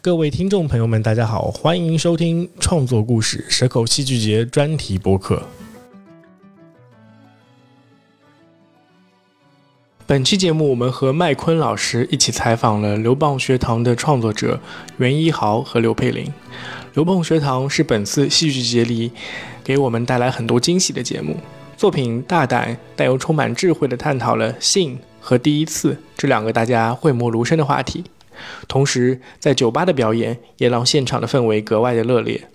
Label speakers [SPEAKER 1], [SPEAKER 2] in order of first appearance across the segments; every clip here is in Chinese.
[SPEAKER 1] 各位听众朋友们，大家好，欢迎收听《创作故事蛇口戏剧节》专题播客。本期节目，我们和麦昆老师一起采访了刘蚌学堂的创作者袁一豪和刘佩玲。刘蚌学堂是本次戏剧节里给我们带来很多惊喜的节目，作品大胆但又充满智慧地探讨了性和第一次这两个大家讳莫如深的话题。同时，在酒吧的表演也让现场的氛围格外的热烈。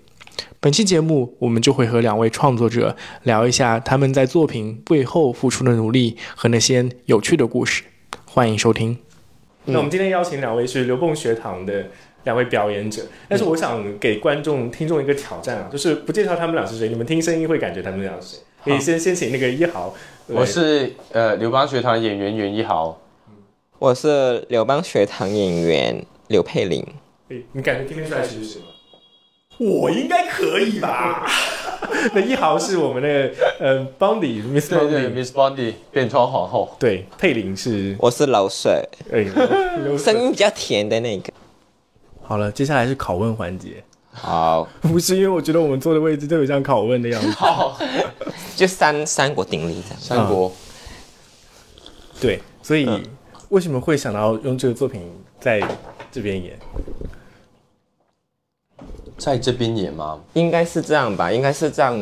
[SPEAKER 1] 本期节目，我们就会和两位创作者聊一下他们在作品背后付出的努力和那些有趣的故事。欢迎收听。那我们今天邀请两位是刘蹦学堂的两位表演者，但是我想给观众、听众一个挑战啊，就是不介绍他们俩是谁，你们听声音会感觉他们俩是谁。可以先先请那个一豪来，
[SPEAKER 2] 我是呃刘邦学堂演员袁一豪，
[SPEAKER 3] 我是刘邦学堂演员刘佩玲。
[SPEAKER 1] 你你感觉听得出来谁是谁吗？
[SPEAKER 4] 我应该可以吧？
[SPEAKER 1] 那一豪是我们的呃 Bondi Miss
[SPEAKER 2] 对对
[SPEAKER 1] Bondi，
[SPEAKER 2] ，Miss Bondi 变装皇后，
[SPEAKER 1] 对，佩玲是
[SPEAKER 3] 我是老水，
[SPEAKER 1] 哎，刘
[SPEAKER 3] 声音比较甜的那个。
[SPEAKER 1] 好了，接下来是拷问环节，
[SPEAKER 3] 好，
[SPEAKER 1] 不是因为我觉得我们坐的位置都有像拷问的样子。
[SPEAKER 2] 好，
[SPEAKER 3] 就三三国鼎立这样。嗯
[SPEAKER 2] 三国，
[SPEAKER 1] 对，所以、为什么会想到用这个作品在这边演？
[SPEAKER 2] 在这边演吗？
[SPEAKER 3] 应该是这样吧，应该是这样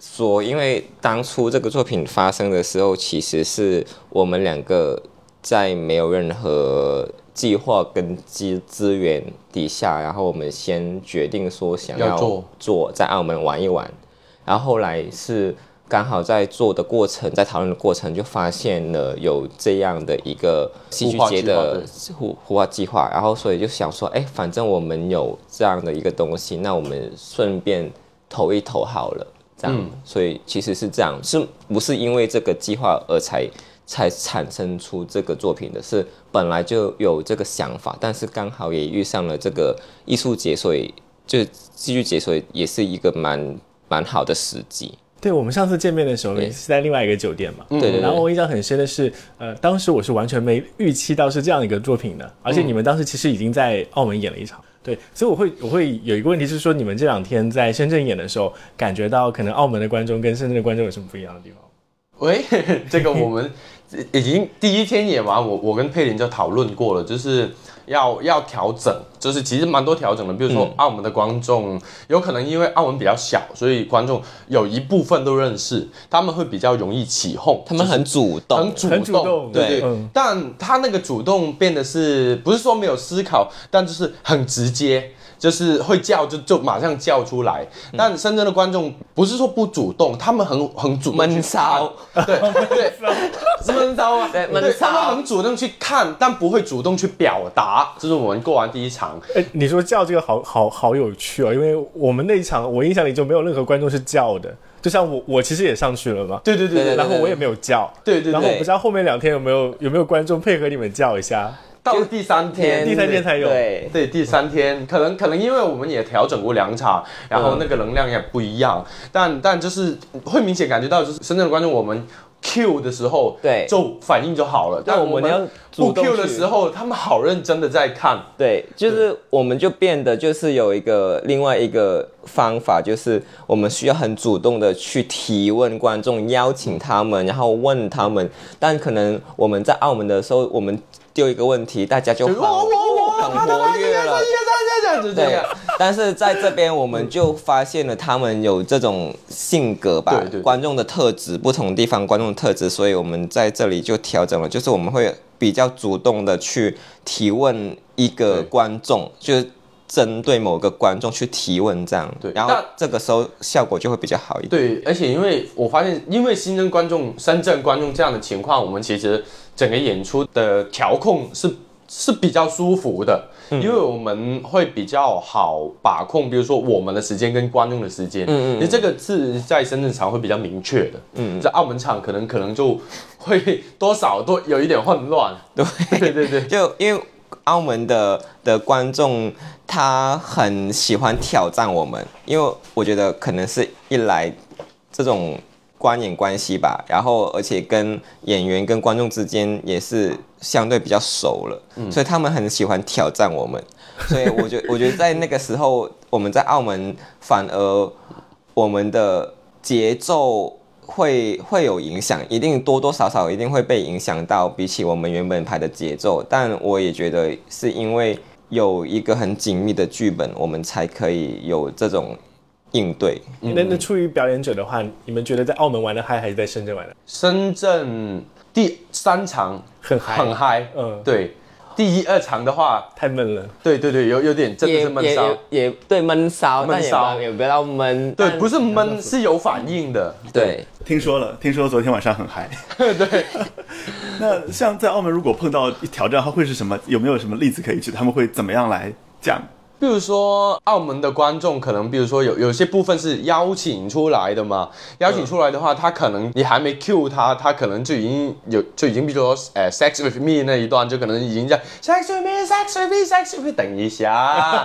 [SPEAKER 3] 说，因为当初这个作品发生的时候，其实是我们两个在没有任何计划跟资资源底下，然后我们先决定说想
[SPEAKER 2] 要
[SPEAKER 3] 要
[SPEAKER 2] 做
[SPEAKER 3] 做在澳门玩一玩，然后后来是刚好在做的过程，在讨论的过程就发现了有这样的一个戏剧节的孵孵化计划，然后所以就想说，哎，反正我们有这样的一个东西，那我们顺便投一投好了，这样。所以其实是这样，是不是因为这个计划而才才产生出这个作品的？是本来就有这个想法，但是刚好也遇上了这个艺术节，所以就戏剧节，所以也是一个蛮蛮好的时机。
[SPEAKER 1] 对我们上次见面的时候
[SPEAKER 3] 对嗯
[SPEAKER 1] 是在另外一个酒店嘛，
[SPEAKER 3] 对对
[SPEAKER 1] 然后
[SPEAKER 3] 对，
[SPEAKER 1] 我印象很深的是，呃，当时我是完全没预期到是这样一个作品的，而且
[SPEAKER 3] 嗯
[SPEAKER 1] 你们当时其实已经在澳门演了一场，对，所以我会我会有一个问题是说，你们这两天在深圳演的时候，感觉到可能澳门的观众跟深圳的观众有什么不一样的地方？
[SPEAKER 2] 喂， 这个我们 已经第一天演完，我我跟佩玲就讨论过了，就是要要调整，就是其实蛮多调整的，比如
[SPEAKER 3] 嗯
[SPEAKER 2] 说澳门的观众，有可能因为澳门比较小，所以观众有一部分都认识，他们会比较容易起哄，
[SPEAKER 3] 他们
[SPEAKER 2] 就是
[SPEAKER 3] 很主动
[SPEAKER 2] 很，主
[SPEAKER 1] 很主动
[SPEAKER 2] 对
[SPEAKER 3] 对
[SPEAKER 2] 对。
[SPEAKER 1] 嗯
[SPEAKER 2] 但他那个主动变得是不是说没有思考，但就是很直接，就是会叫就就马上叫出来。
[SPEAKER 1] 嗯
[SPEAKER 2] 但深圳的观众不是说不主动，他们很很主动去
[SPEAKER 3] 闷骚
[SPEAKER 2] 看，对对，是闷骚
[SPEAKER 1] 啊
[SPEAKER 2] 吗？
[SPEAKER 3] 对闷
[SPEAKER 2] 对
[SPEAKER 3] 骚
[SPEAKER 2] 他们很主动去看，但不会主动去表达。这是我们过完第一场，
[SPEAKER 1] 哎，你说叫这个好好好有趣哦，因为我们那一场我印象里就没有任何观众是叫的，就像我我其实也上去了嘛，
[SPEAKER 2] 对对对对
[SPEAKER 1] 然后我也没有叫，
[SPEAKER 2] 对对
[SPEAKER 1] 然后我
[SPEAKER 2] 对，
[SPEAKER 1] 不知道后面两天有没有有没有观众配合你们叫一下，
[SPEAKER 2] 到了第三天，
[SPEAKER 1] 第三天才有
[SPEAKER 3] 对，
[SPEAKER 2] 对，第三天可能可能因为我们也调整过两场，
[SPEAKER 3] 嗯
[SPEAKER 2] 然后那个能量也不一样，但但就是会明显感觉到，就是深圳的观众我们 Q 的时候，
[SPEAKER 3] 对
[SPEAKER 2] 就反应就好了。但
[SPEAKER 3] 我们要主
[SPEAKER 2] 不
[SPEAKER 3] 动
[SPEAKER 2] Q 的
[SPEAKER 3] 去
[SPEAKER 2] 时候，他们好认真的在看，
[SPEAKER 3] 对，就是我们就变得就是有一个另外一个方法，就是我们需要很主动的去提问观众，邀请他们，然后问他们。但可能我们在澳门的时候，我们丢一个问题，大家就
[SPEAKER 2] 我
[SPEAKER 3] 很
[SPEAKER 2] 我我我，
[SPEAKER 3] 很活跃了。
[SPEAKER 2] 这样子这
[SPEAKER 3] 对
[SPEAKER 2] 样。，
[SPEAKER 3] 但是在这边我们就发现了他们有这种性格吧，
[SPEAKER 2] 对对
[SPEAKER 3] 观众的特质，不同地方观众的特质，所以我们在这里就调整了，就是我们会比较主动的去提问一个
[SPEAKER 2] 对
[SPEAKER 3] 观众，就是针对某个观众去提问这样，
[SPEAKER 2] 对
[SPEAKER 3] 然后
[SPEAKER 2] 那
[SPEAKER 3] 这个时候效果就会比较好一点。
[SPEAKER 2] 对，而且因为我发现，因为新增观众、深圳观众这样的情况，我们其实整个演出的调控是是比较舒服的，因为我们会比较好把控，比如说我们的时间跟观众的时间，嗯嗯你这个是在深圳场会比较明确的，嗯，在澳门场可能可能就会 多少都有一点混乱，对 对对对，
[SPEAKER 3] 就因为澳门的的观众他很喜欢挑战我们，因为我觉得可能是一来这种观演关系吧，然后而且跟演员跟观众之间也是相对比较熟了，所以他们很喜欢挑战我们。所以我觉我觉得在那个时候，我们在澳门反而我们的节奏会会有影响，一定多多少少一定会被影响到，比起我们原本排的节奏。但我也觉得是因为有一个很紧密的剧本，我们才可以有这种应对。
[SPEAKER 2] 嗯
[SPEAKER 1] 那那出于表演者的话，你们觉得在澳门玩的嗨还是在深圳玩的？
[SPEAKER 2] 深圳第三场
[SPEAKER 1] 很嗨
[SPEAKER 2] 很嗨，
[SPEAKER 1] 嗯
[SPEAKER 2] 对，第一二场的话，
[SPEAKER 1] 太闷了，
[SPEAKER 2] 对对对，有有点真的
[SPEAKER 3] 也
[SPEAKER 2] 是闷
[SPEAKER 3] 也
[SPEAKER 2] 骚
[SPEAKER 3] 也，也对闷骚，
[SPEAKER 2] 闷
[SPEAKER 3] 但
[SPEAKER 2] 骚
[SPEAKER 3] 也不也不要闷，
[SPEAKER 2] 对，
[SPEAKER 3] 但
[SPEAKER 2] 不是闷，是有
[SPEAKER 1] 嗯
[SPEAKER 2] 反应的，
[SPEAKER 3] 对，
[SPEAKER 4] 听说了，听说昨天晚上很 嗨。对。 那像在澳门，如果碰到挑战，它会是什么？有没有什么例子可以举？他们会怎么样来讲？
[SPEAKER 2] 比如说澳门的观众，可能比如说有有些部分是邀请出来的嘛，邀
[SPEAKER 1] 嗯
[SPEAKER 2] 请出来的话，他可能你还没 Q 他，他可能就已经有就已经，比如说呃 sex with me 那一段，就可能已经在 sex with me，sex with me，sex with me，等一 下，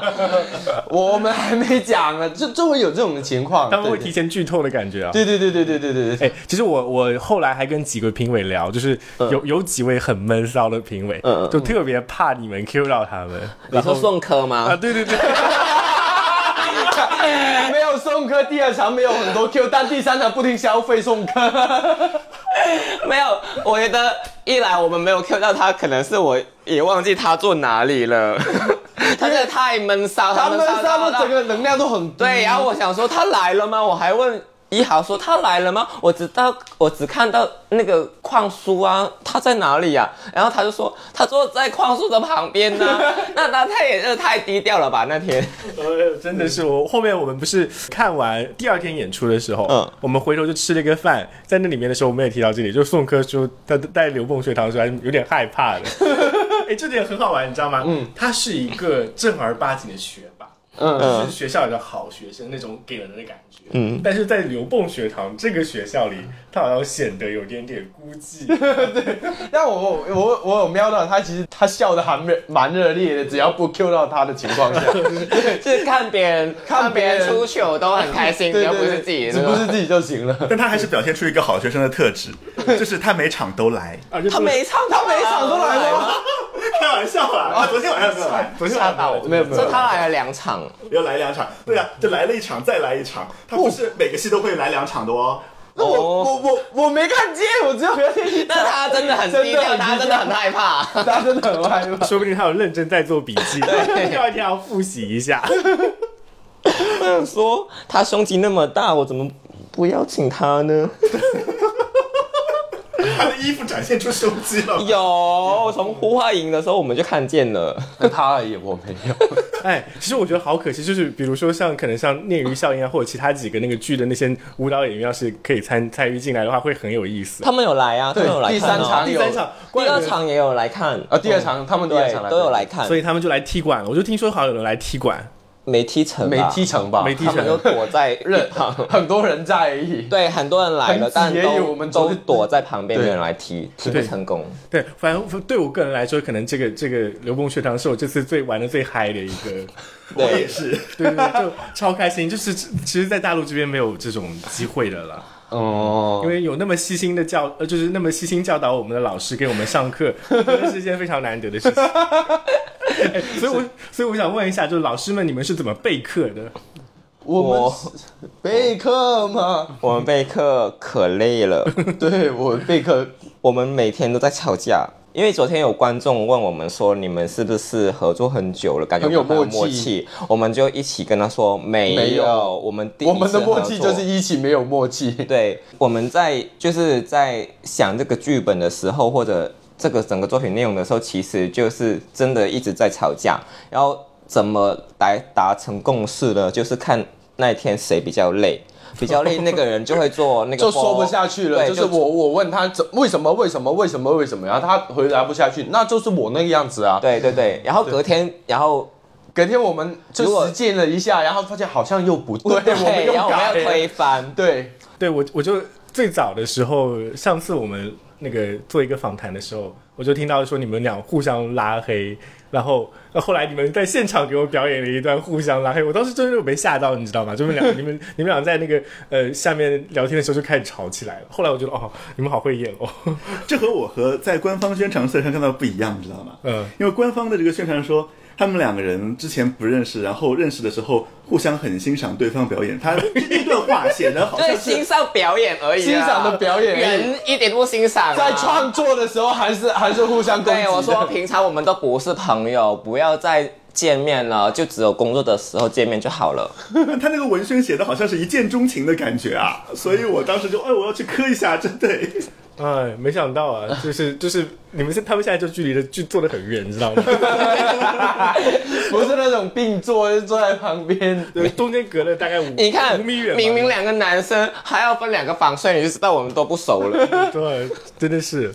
[SPEAKER 2] 我们还没讲呢，就就会有这种情况，
[SPEAKER 1] 他们会
[SPEAKER 2] 对
[SPEAKER 1] 提前剧透的感觉啊。
[SPEAKER 2] 对对对对对对对对，
[SPEAKER 1] 哎、其实我我后来还跟几个评委聊，就是
[SPEAKER 2] 嗯
[SPEAKER 1] 有、有几位很闷骚的评委，
[SPEAKER 3] 嗯嗯
[SPEAKER 1] 就特别怕你们 Q 到他们。
[SPEAKER 3] 你说宋柯
[SPEAKER 1] 啊，
[SPEAKER 3] 吗？
[SPEAKER 1] 对对对，
[SPEAKER 2] 没有送客，第二场没有很多 Q，但第三场不停消费送客。
[SPEAKER 3] 没有，我觉得一来我们没有 Q 到他，可能是我也忘记他坐哪里了， 他真的太闷骚，
[SPEAKER 2] 他们
[SPEAKER 3] 骚
[SPEAKER 2] 他
[SPEAKER 3] 到
[SPEAKER 2] 们整个能量都很低
[SPEAKER 3] 对，然后我想说他来了吗？我还问一豪说他来了吗？我只到我只看到那个矿叔啊，他在哪里呀、然后他就说他坐在矿叔的旁边呢、 那那他也是太低调了吧？那天
[SPEAKER 1] 呃，真的是我后面我们不是看完第二天演出的时候，
[SPEAKER 3] 嗯
[SPEAKER 1] 我们回头就吃了一个饭，在那里面的时候，我们也提到这里，就宋柯说他带刘梦学堂的时候还有点害怕 的，哎、这点很好玩，你知道吗？嗯，他是一个正儿八经的学霸。
[SPEAKER 2] 嗯
[SPEAKER 1] 就是学校里的好学生那种给人的感觉，嗯，但是在刘蹦学堂这个学校里，他好像显得有点点孤 寂，
[SPEAKER 2] 但我我我我有瞄到他，其实他笑的还蛮蛮热烈的，只要不 Q 到他的情况 下，
[SPEAKER 3] 就是看别人看别人出糗都很开心，只
[SPEAKER 2] 对
[SPEAKER 3] 要
[SPEAKER 2] 对
[SPEAKER 3] 不
[SPEAKER 2] 对，
[SPEAKER 3] 是自己，
[SPEAKER 2] 只
[SPEAKER 3] 是吧
[SPEAKER 2] 不是自己就行了。
[SPEAKER 4] 但他还是表现出一个好学生的特 质，就是他每场都来。
[SPEAKER 1] 啊，就
[SPEAKER 3] 他每场他每场都来吗？ 啊
[SPEAKER 4] 开玩笑啦，他昨天晚上没有来，昨天晚
[SPEAKER 3] 吓
[SPEAKER 4] 上
[SPEAKER 3] 到我，
[SPEAKER 4] 有
[SPEAKER 2] 没有没有
[SPEAKER 3] 所以他来了两场，
[SPEAKER 4] 要来两场。对啊，就来了一场，再来一场。他不
[SPEAKER 3] 哦
[SPEAKER 4] 是每个戏都会来两场的哦。
[SPEAKER 2] 那我我我我没看见，我只有看见一张
[SPEAKER 3] 但他真的很低
[SPEAKER 2] 真的
[SPEAKER 3] 调，
[SPEAKER 2] 很低调
[SPEAKER 3] 他真的很害怕。
[SPEAKER 2] 他真的很害怕。
[SPEAKER 1] 说不定他有认真在做笔记，第二 天要复习一下。
[SPEAKER 3] 我想说，他胸肌那么大，我怎么不邀请他呢？
[SPEAKER 4] 他的衣服展现出胸肌了。
[SPEAKER 3] 有，从呼化营的时候我们就看见了。
[SPEAKER 2] 他而已，我没有。
[SPEAKER 1] 哎，其实我觉得好可惜，就是比如说像可能像《鲶鱼效应》啊，或者其他几个那个剧的那些舞蹈演员，要是可以参参与进来的话，会很有意思。
[SPEAKER 3] 他们有来啊，他
[SPEAKER 2] 对
[SPEAKER 3] 们有来看、
[SPEAKER 2] 第三场
[SPEAKER 1] 第三场，
[SPEAKER 3] 第
[SPEAKER 1] 关于
[SPEAKER 3] 二场也有来看
[SPEAKER 2] 啊，第二场他们第二场来
[SPEAKER 3] 对，都有来，看，
[SPEAKER 1] 所
[SPEAKER 3] 以
[SPEAKER 1] 以他们就来踢馆了。我就听说好像有人来踢馆，
[SPEAKER 3] 没踢成，啊
[SPEAKER 2] 没踢，成吧？
[SPEAKER 1] 没踢
[SPEAKER 3] 他
[SPEAKER 1] 成
[SPEAKER 3] 们都躲 在一旁。
[SPEAKER 2] 很多人在而已。
[SPEAKER 3] 对，很多人来了，但
[SPEAKER 2] 很急也有
[SPEAKER 3] 都
[SPEAKER 2] 我们昨
[SPEAKER 3] 都
[SPEAKER 2] 天
[SPEAKER 3] 躲在旁边，
[SPEAKER 2] 对
[SPEAKER 3] 没有人来踢，踢不
[SPEAKER 1] 对
[SPEAKER 3] 成功。
[SPEAKER 1] 对，反正对我个人来说，可能这个这个刘梦学堂是我这次最玩的最嗨的一 个。
[SPEAKER 4] 我也
[SPEAKER 3] 对，
[SPEAKER 4] 是。
[SPEAKER 1] 对对对，就超开心。就是其实，在大陆这边没有这种机会的了，
[SPEAKER 2] 哦
[SPEAKER 1] 因，为有那么细心的教，呃，就是那么细心教导我们的老师给我们上课，我觉得是一件非常难得的事情。哎所以我，所以我想问一下，就是老师们，你们是怎么备课的？
[SPEAKER 2] 我
[SPEAKER 3] 我
[SPEAKER 2] 们备课吗？
[SPEAKER 3] 我们备课可累了，
[SPEAKER 2] 对，我备课。
[SPEAKER 3] 我们每天都在吵架。因为昨天有观众问我们说，你们是不是合作很久了，感觉
[SPEAKER 2] 很有
[SPEAKER 3] 我们很
[SPEAKER 2] 默
[SPEAKER 3] 默
[SPEAKER 2] 契
[SPEAKER 3] 契？我们就一起跟他说没
[SPEAKER 2] 没有
[SPEAKER 3] 我们第一
[SPEAKER 2] 我们的
[SPEAKER 3] 次啊
[SPEAKER 2] 默
[SPEAKER 3] 合
[SPEAKER 2] 契
[SPEAKER 3] 作
[SPEAKER 2] 就是一起没有默契。
[SPEAKER 3] 对，我们在就是在想这个剧本的时候，或者这个整个作品内容的时候，其实就是真的一直在吵架，然后怎么来达成共识呢？就是看那一天谁比较累，比较累那个人就会做那个，
[SPEAKER 2] 就说不下去了，
[SPEAKER 3] 对
[SPEAKER 2] 就是我我问他怎为什么为什么为什么为什么，然后他回答不下去，那就是我那个样子啊。
[SPEAKER 3] 对对对，然后隔天，然后
[SPEAKER 2] 隔天我们
[SPEAKER 3] 如
[SPEAKER 2] 就
[SPEAKER 3] 果
[SPEAKER 2] 实践了一下，啊然后发现好像又不对，我们
[SPEAKER 3] 对，
[SPEAKER 2] 又
[SPEAKER 3] 然后我们
[SPEAKER 2] 改
[SPEAKER 3] 要
[SPEAKER 2] 了。
[SPEAKER 3] 推翻，
[SPEAKER 2] 对，
[SPEAKER 1] 对我，我就最早的时候，上次我们那个做一个访谈的时候，我就听到说你们俩互相拉黑，然后那后来你们在现场给我表演了一段互相拉黑，我当时真的没吓到，你知道吗？就是两你们你们俩在那个呃下面聊天的时候就开始吵起来了。后来我觉得哦，你们好会演哦，
[SPEAKER 4] 这和我和在官方宣传册上看到不一样，你知道吗？
[SPEAKER 1] 嗯，
[SPEAKER 4] 因为官方的这个宣传说。他们两个人之前不认识，然后认识的时候互相很欣赏对方 表演。他这段话写的好
[SPEAKER 3] 就
[SPEAKER 4] 像
[SPEAKER 3] 是
[SPEAKER 4] 是
[SPEAKER 3] 欣赏表演而已啊，
[SPEAKER 2] 欣赏的表演而已
[SPEAKER 3] 人一点都不欣赏啊。
[SPEAKER 2] 在创作的时候还是还是互相攻击
[SPEAKER 3] 对
[SPEAKER 2] 的。
[SPEAKER 3] 我说，平常我们都不是朋友，不要再见面了，就只有工作的时候见面就好了。
[SPEAKER 4] 他那个文宣写的好像是一见钟情的感觉啊，所以我当时就哎，我要去磕一下，真的。
[SPEAKER 1] 哎，没想到啊， 就是就是你们现他们现在就距离的距坐得很远，你知 道吗？
[SPEAKER 2] 不是那种并坐，是坐在旁边。
[SPEAKER 1] 对，中间隔了大 概五
[SPEAKER 3] 你看，
[SPEAKER 1] 五米远吧，
[SPEAKER 3] 明明两个男生还要分两个房睡，你就知道我们都不熟了。
[SPEAKER 1] 对，真的是，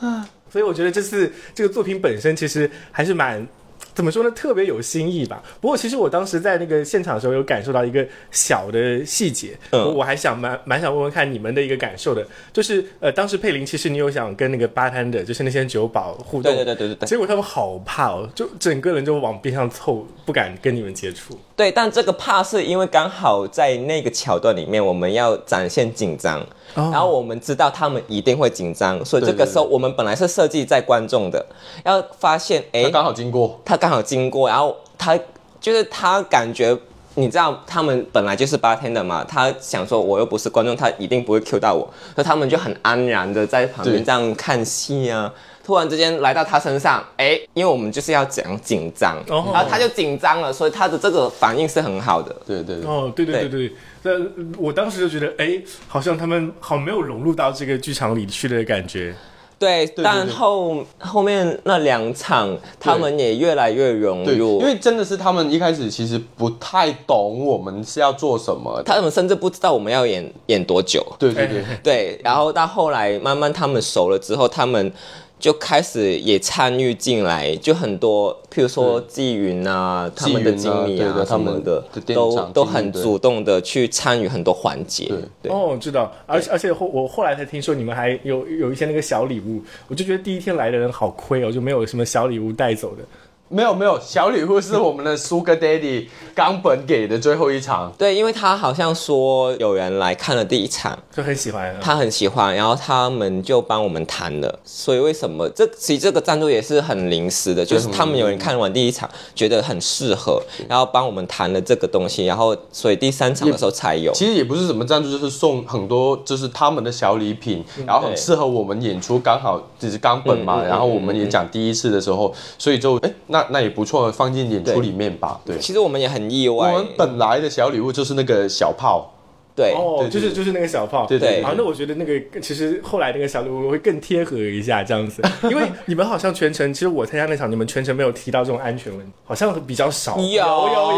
[SPEAKER 3] 啊
[SPEAKER 1] 所以我觉得这次这个作品本身其实还是蛮。怎么说呢？特别有新意吧。不过其实我当时在那个现场的时候，有感受到一个小的细节，
[SPEAKER 3] 嗯
[SPEAKER 1] 我我还想蛮蛮想问问看你们的一个感受的，就是呃，当时佩林其实你有想跟那个吧摊的，就是那些酒保互动，
[SPEAKER 3] 对对对对对对
[SPEAKER 1] 结果他们好怕哦，就整个人就往边上凑，不敢跟你们接触。
[SPEAKER 3] 对，但这个怕是因为刚好在那个桥段里面，我们要展现紧张，然后我们知道他们一定会紧张，所以这个时候我们本来是设计在观众的，要发现哎
[SPEAKER 2] 他，刚好经过，
[SPEAKER 3] 他刚好经过，然后他就是他感觉，你知道他们本来就是 bartender 嘛，他想说我又不是观众，他一定不会 Q 到我，所以他们就很安然的在旁边
[SPEAKER 2] 对
[SPEAKER 3] 这样看戏啊。突然之间来到他身上，哎，因为我们就是要讲紧张，
[SPEAKER 1] 哦
[SPEAKER 3] 然后他就紧张了，所以他的这个反应是很好的。
[SPEAKER 2] 对对对，
[SPEAKER 1] 哦，对对对对，那我当时就觉得，哎，好像他们好没有融入到这个剧场里去的感觉。
[SPEAKER 3] 对，
[SPEAKER 2] 对
[SPEAKER 3] 但后后面那两场他们也越来越融
[SPEAKER 2] 对，
[SPEAKER 3] 入，
[SPEAKER 2] 因为真的是他们一开始其实不太懂我们是要做什么的。
[SPEAKER 3] 他们甚至不知道我们要演演多久。
[SPEAKER 2] 对对对，
[SPEAKER 3] 对，然后到后来慢慢他们熟了之后，他们就开始也参与进来，就很多，譬如说纪云啊，他们的
[SPEAKER 2] 嗯纪云
[SPEAKER 3] 经
[SPEAKER 2] 啊
[SPEAKER 3] 理
[SPEAKER 2] 对
[SPEAKER 3] 啊
[SPEAKER 2] 对
[SPEAKER 3] 什么的
[SPEAKER 2] 他们的，店
[SPEAKER 3] 都
[SPEAKER 2] 长
[SPEAKER 3] 都
[SPEAKER 2] 经理
[SPEAKER 3] 很
[SPEAKER 2] 对
[SPEAKER 3] 主动的去参与很多环节。
[SPEAKER 2] 对
[SPEAKER 3] 对，
[SPEAKER 1] 哦，知道，而且而且后我后来才听说你们还有有一些那个小礼物，我就觉得第一天来的人好亏哦，就没有什么小礼物带走的。
[SPEAKER 2] 没有没有，小礼物是我们的 Sugar Daddy 冈本给的最后一场，
[SPEAKER 3] 对，因为他好像说有人来看了第一场，
[SPEAKER 1] 就很喜欢、啊，
[SPEAKER 3] 他很喜欢，然后他们就帮我们谈了。所以为什么这其实这个赞助也是很临时的，就是他们有人看完第一场觉得很适合，然后帮我们谈了这个东西，然后所以第三场的时候才有。
[SPEAKER 2] 其实也不是什么赞助，就是送很多就是他们的小礼品，然后很适合我们演出，刚好只是冈本嘛，
[SPEAKER 3] 嗯嗯嗯嗯
[SPEAKER 2] 然后我们也讲第一次的时候，所以就哎那那也不错，放进演出里面吧。对，
[SPEAKER 3] 其实我们也很意
[SPEAKER 2] 我
[SPEAKER 3] 外，
[SPEAKER 2] 们本来的小礼物就是那个小炮，
[SPEAKER 3] 对、
[SPEAKER 1] 哦，
[SPEAKER 2] 对对
[SPEAKER 1] 就是就是那个小炮，
[SPEAKER 2] 对
[SPEAKER 3] 对对
[SPEAKER 1] 啊，那我觉得那个其实后来那个小礼物会更贴合一下这样子，因为你们好像全程，其实我参加那场，你们全程没有提到这种安全问题，好像比较少。
[SPEAKER 3] 有有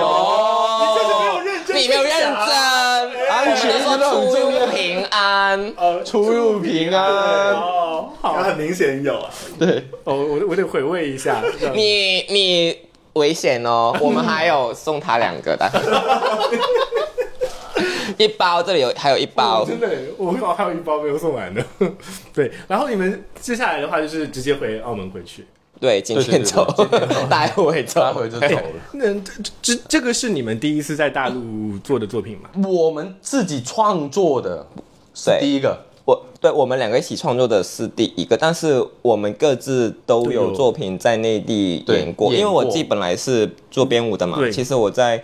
[SPEAKER 4] 你就是没有
[SPEAKER 3] 有，
[SPEAKER 4] 认真，
[SPEAKER 3] 你没有认真，安
[SPEAKER 2] 全
[SPEAKER 3] 说
[SPEAKER 2] 真的很
[SPEAKER 3] 出
[SPEAKER 2] 重
[SPEAKER 3] 入
[SPEAKER 2] 要
[SPEAKER 3] 平安。
[SPEAKER 1] 呃，
[SPEAKER 2] 出入平安。
[SPEAKER 1] 哦，好
[SPEAKER 4] 啊，，很明显有啊。
[SPEAKER 2] 对，
[SPEAKER 1] 哦，我得我得回味一下。这样
[SPEAKER 3] 你你危险哦，我们还有送他两个的，一包这里有还有一包
[SPEAKER 1] 哦，真的，我好像还有一包没有送完的。 对，然后你们接下来的话就是直接回澳门回去。
[SPEAKER 3] 对，今天走， 待会走，
[SPEAKER 2] 待会就走了。
[SPEAKER 1] 那这这这个是你们第一次在大陆做的作品吗？
[SPEAKER 2] 我们自己创作的是
[SPEAKER 3] 对
[SPEAKER 2] 第一个，
[SPEAKER 3] 我对我们两个一起创作的是第一个，但是我们各自都有作品在内地演过，
[SPEAKER 2] 对
[SPEAKER 3] 因为
[SPEAKER 2] 演过
[SPEAKER 3] 我自己本来是做编舞的嘛
[SPEAKER 1] 对，
[SPEAKER 3] 其实我在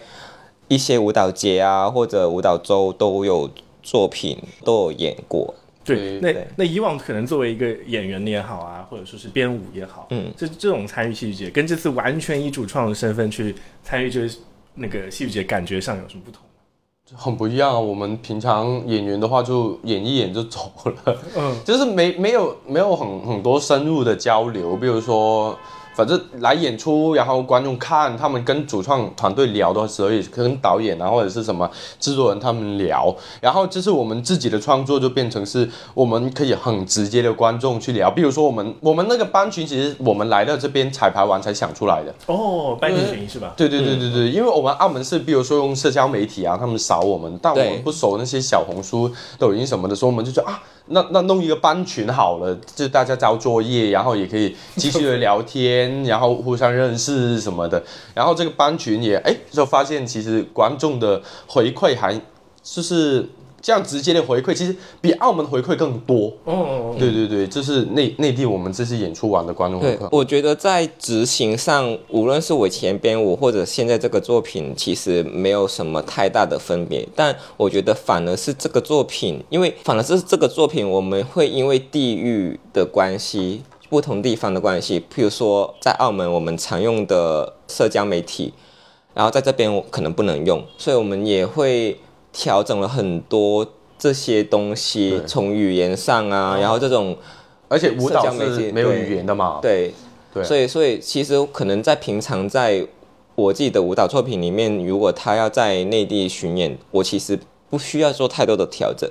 [SPEAKER 3] 一些舞蹈节啊或者舞蹈周都有作品都有演过。
[SPEAKER 1] 对，
[SPEAKER 2] 对
[SPEAKER 1] 那
[SPEAKER 3] 对
[SPEAKER 1] 那以往可能作为一个演员也好啊，或者说是编舞也好，嗯，这这种参与戏剧节，跟这次完全以主创的身份去参与这个那个戏剧节，感觉上有什么不同？
[SPEAKER 2] 很不一样啊。我们平常演员的话，就演一演就走了，
[SPEAKER 1] 嗯，
[SPEAKER 2] 就是没没有没有很很多深入的交流。比如说，反正来演出，然后观众看，他们跟主创团队聊的时候，也跟导演啊或者是什么制作人他们聊。然后就是我们自己的创作就变成是我们可以很直接的观众去聊。比如说我们我们那个班群，其实我们来到这边彩排完才想出来的。
[SPEAKER 1] 哦，班级群是吧？
[SPEAKER 2] 对对对对
[SPEAKER 3] 嗯
[SPEAKER 2] 对，因为我们澳门是，比如说用社交媒体啊，他们扫我们，但我
[SPEAKER 3] 对
[SPEAKER 2] 们不熟那些小红书、抖音什么的，所以我们就觉得啊，那那弄一个班群好了，就大家交作业，然后也可以继续的聊天，天，然后互相认识什么的，然后这个班群也哎就发现其实观众的回馈还就是这样直接的回馈，其实比澳门回馈更多。
[SPEAKER 1] 哦，
[SPEAKER 2] 对对对，这是内内地我们这次演出完的观众回
[SPEAKER 3] 对
[SPEAKER 2] 馈，。
[SPEAKER 3] 我觉得在执行上，无论是我以前编舞或者现在这个作品，其实没有什么太大的分别。但我觉得反而是这个作品，因为反而是这个作品，我们会因为地域的关系。不同地方的关系，譬如说在澳门，我们常用的社交媒体，然后在这边我可能不能用，所以我们也会调整了很多这些东西，从语言上啊，然后这种
[SPEAKER 2] 而且舞蹈
[SPEAKER 3] 社交媒
[SPEAKER 2] 是
[SPEAKER 3] 介
[SPEAKER 2] 没有
[SPEAKER 3] 对
[SPEAKER 2] 语言的嘛，
[SPEAKER 3] 对，
[SPEAKER 2] 对
[SPEAKER 3] 所以所以其实可能在平常在我自己的舞蹈作品里面，如果他要在内地巡演，我其实不需要做太多的调整，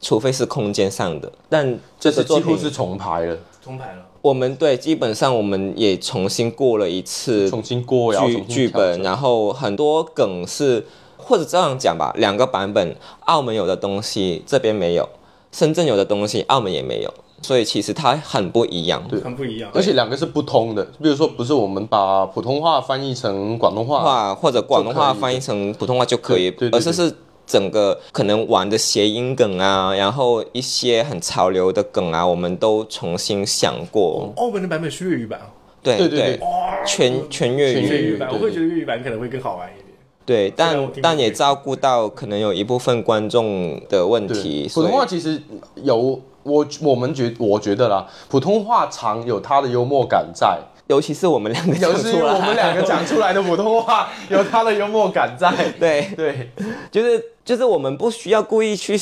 [SPEAKER 3] 除非是空间上的。但
[SPEAKER 2] 这
[SPEAKER 3] 这
[SPEAKER 2] 次
[SPEAKER 3] 个
[SPEAKER 2] 几
[SPEAKER 3] 作
[SPEAKER 2] 乎
[SPEAKER 3] 品，
[SPEAKER 2] 是重排了，
[SPEAKER 1] 通牌了。
[SPEAKER 3] 我们对基本上我们也重新过了一次
[SPEAKER 2] 重新过，然后
[SPEAKER 3] 剧
[SPEAKER 2] 重新
[SPEAKER 3] 剧
[SPEAKER 2] 调整
[SPEAKER 3] 本，然后很多梗是或者这样讲吧，两个版本，澳门有的东西这边没有，深圳有的东西澳门也没有，所以其实它很不一样。
[SPEAKER 2] 对
[SPEAKER 1] 很不一样，
[SPEAKER 2] 而且两个是不通的。比如说，不是我们把普通话翻译成广东话，
[SPEAKER 3] 话或者广东
[SPEAKER 2] 啊就
[SPEAKER 3] 话
[SPEAKER 2] 可以
[SPEAKER 3] 翻译成普通话就可以
[SPEAKER 2] 对对，对
[SPEAKER 3] 而是是整个可能玩的谐音梗啊，然后一些很潮流的梗啊，我们都重新想过。
[SPEAKER 1] 澳门的版本是粤语版，啊
[SPEAKER 3] 对
[SPEAKER 2] 哦对对对哦
[SPEAKER 3] 全全粤
[SPEAKER 2] 全
[SPEAKER 1] 粤
[SPEAKER 3] 语，
[SPEAKER 1] 语版，
[SPEAKER 2] 对
[SPEAKER 1] 我会觉得粤语版可能会更好玩一点。
[SPEAKER 3] 对，
[SPEAKER 1] 虽然
[SPEAKER 3] 但
[SPEAKER 1] 我听不
[SPEAKER 3] 但也
[SPEAKER 1] 懂
[SPEAKER 3] 照顾到可能有一部分观众的问题，
[SPEAKER 2] 对，
[SPEAKER 3] 所
[SPEAKER 2] 普
[SPEAKER 3] 以
[SPEAKER 2] 通话其实有我我们觉我觉得啦，普通话常有它的幽默感在，
[SPEAKER 3] 尤其是我们两个
[SPEAKER 2] 有
[SPEAKER 3] 讲
[SPEAKER 2] 时
[SPEAKER 3] 出来，
[SPEAKER 2] 我们两个讲出来的普通话 有它的幽默感在。
[SPEAKER 3] 对，
[SPEAKER 2] 对，
[SPEAKER 3] 就是就是我们不需要故意去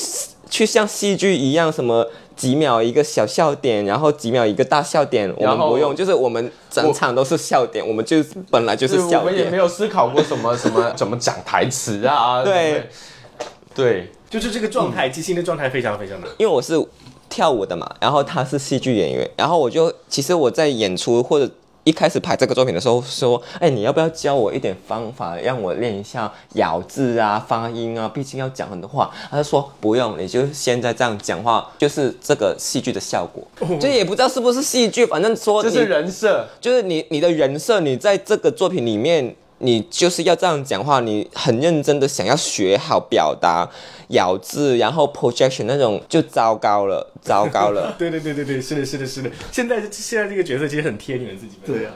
[SPEAKER 3] 去像戏剧一样什么几秒一个小笑点，然后几秒一个大笑点，我
[SPEAKER 2] 然
[SPEAKER 3] 们
[SPEAKER 2] 后
[SPEAKER 3] 不用，就是我们整场都是笑点，我们就本来就是
[SPEAKER 2] 对，我
[SPEAKER 3] 笑
[SPEAKER 2] 们也没
[SPEAKER 3] 点。
[SPEAKER 2] 有思考过什 么什么怎么讲台词啊。
[SPEAKER 3] 对
[SPEAKER 2] 对，对，
[SPEAKER 1] 就是这个状态，即兴的状态非常非常的。
[SPEAKER 3] 因为我是跳舞的嘛，然后他是戏剧演员，然后我就其实我在演出或者。一开始排这个作品的时候说，哎，你要不要教我一点方法，让我练一下咬字啊、发音啊？毕竟要讲很多话。他就说不用，你就现在这样讲话，就是这个戏剧的效果。 就也不知道是不是戏剧，反正说
[SPEAKER 2] 这
[SPEAKER 3] 你
[SPEAKER 2] 是人设。
[SPEAKER 3] 就是你你的人设，你在这个作品里面，你就是要这样讲话，你很认真的想要学好表达、咬字，然后 projection 那种就糟糕了， 糟糕了。
[SPEAKER 1] 对对对对对，是的，是的，是的。现在现在这个角色其实很贴你们自己们。
[SPEAKER 4] 对啊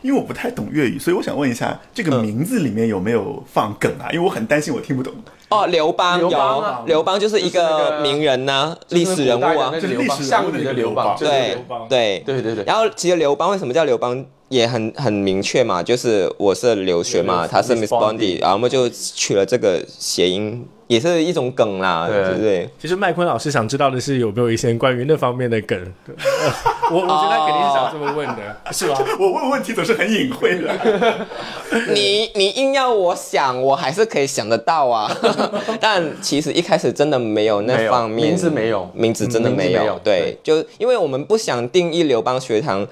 [SPEAKER 4] 因为我不太懂粤语，所以我想问一下，这个名字里面有没有放梗啊？因为我很担心我听不懂。
[SPEAKER 3] 哦，刘邦
[SPEAKER 2] 刘
[SPEAKER 3] 有
[SPEAKER 2] 邦啊
[SPEAKER 3] 刘邦就是一
[SPEAKER 2] 就是那个
[SPEAKER 3] 个名人呐、历史人物啊
[SPEAKER 2] 就是古代的那，个刘邦，
[SPEAKER 4] 就是历史人物
[SPEAKER 2] 项羽的
[SPEAKER 4] 的
[SPEAKER 2] 刘
[SPEAKER 4] 刘
[SPEAKER 2] 邦，
[SPEAKER 4] 邦
[SPEAKER 2] 就是
[SPEAKER 3] 对
[SPEAKER 2] 刘邦
[SPEAKER 3] 对
[SPEAKER 2] 对对对。
[SPEAKER 3] 然后其实刘邦为什么叫刘邦也很很明确嘛，就是我是刘学嘛，
[SPEAKER 2] 对
[SPEAKER 3] 他是
[SPEAKER 2] Miss
[SPEAKER 3] Miss Bondi，
[SPEAKER 2] Bondi
[SPEAKER 3] 然后我们就取了这个谐音，也是一种梗啦，
[SPEAKER 2] 对
[SPEAKER 3] 对不对？
[SPEAKER 1] 其实麦昆老师想知道的是有没有一些关于那方面的梗， 呃我我觉得他肯定是想这么问的，是吧？
[SPEAKER 4] 我问问题总是很隐晦的。
[SPEAKER 3] 你你硬要我想，我还是可以想得到啊。 但其实一开始真的没有那方
[SPEAKER 2] 没有
[SPEAKER 3] 面，
[SPEAKER 2] 名字没有
[SPEAKER 3] 名字真的
[SPEAKER 2] 嗯
[SPEAKER 3] 没
[SPEAKER 2] 名字
[SPEAKER 3] 有。
[SPEAKER 2] 没有
[SPEAKER 3] 对，就因为我们不想定义刘邦学堂，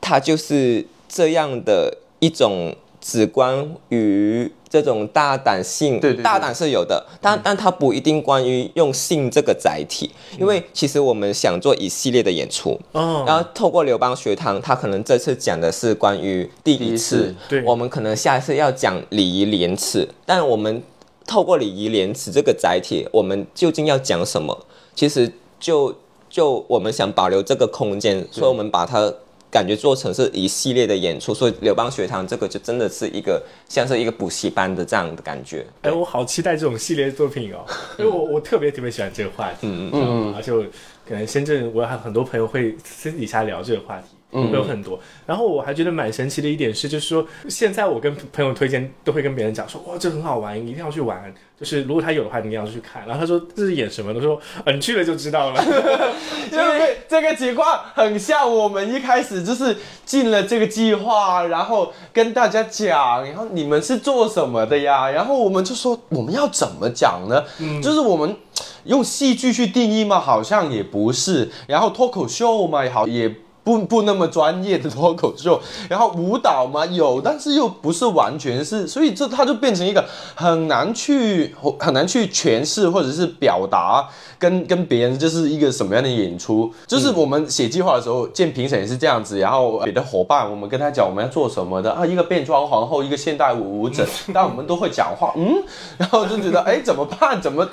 [SPEAKER 3] 它就是这样的一种只关于这种大胆性，
[SPEAKER 2] 对对对嗯
[SPEAKER 3] 大胆是有的，但但它不一定关于用性这个载体，因为其实我们想做一系列的演出，
[SPEAKER 1] 哦
[SPEAKER 3] 然后透过刘邦学堂，他可能这次讲的是关于第
[SPEAKER 2] 第一
[SPEAKER 3] 一
[SPEAKER 2] 次
[SPEAKER 3] 次，
[SPEAKER 1] 对
[SPEAKER 3] 我们可能下一次要讲礼仪廉耻，但我们透过礼仪廉耻这个载体，我们究竟要讲什么？其实就就我们想保留这个空间，所以我们把它。感觉做成是一系列的演出，所以刘邦学堂这个就真的是一个像是一个补习班的这样的感觉。
[SPEAKER 1] 哎，我好期待这种系列作品 哦，因为我我特别特别喜欢这个话题，嗯嗯，而且我可能深圳我还有很多朋友会私底下聊这个话题。会有很多，然后我还觉得蛮神奇的一点是，就是说现在我跟朋友推荐都会跟别人讲说，哇，这很好玩，一定要去玩。就是如果他有的话，你一定要去看。然后他说这是演什么的，我说啊，你去了就知道 了。
[SPEAKER 2] 因为这个情况很像我们一开始就是进了这个计划，然后跟大家讲，然后你们是做什么的呀？然后我们就说我们要怎么讲呢？就是我们用戏剧去定义吗？好像也不是。然后脱口秀嘛，好也。不不那么专业的脱口秀，然后舞蹈嘛有，但是又不是完全是，所以这它就变成一个很难去很难去诠释或者是表达跟跟别人就是一个什么样的演出，就是我们写计划的时候见评审也是这样子，然后别的伙伴我们跟他讲我们要做什么的啊，一个变装皇后，一个现代舞舞者，但我们都会讲话，嗯，然后就觉得哎怎么办？怎么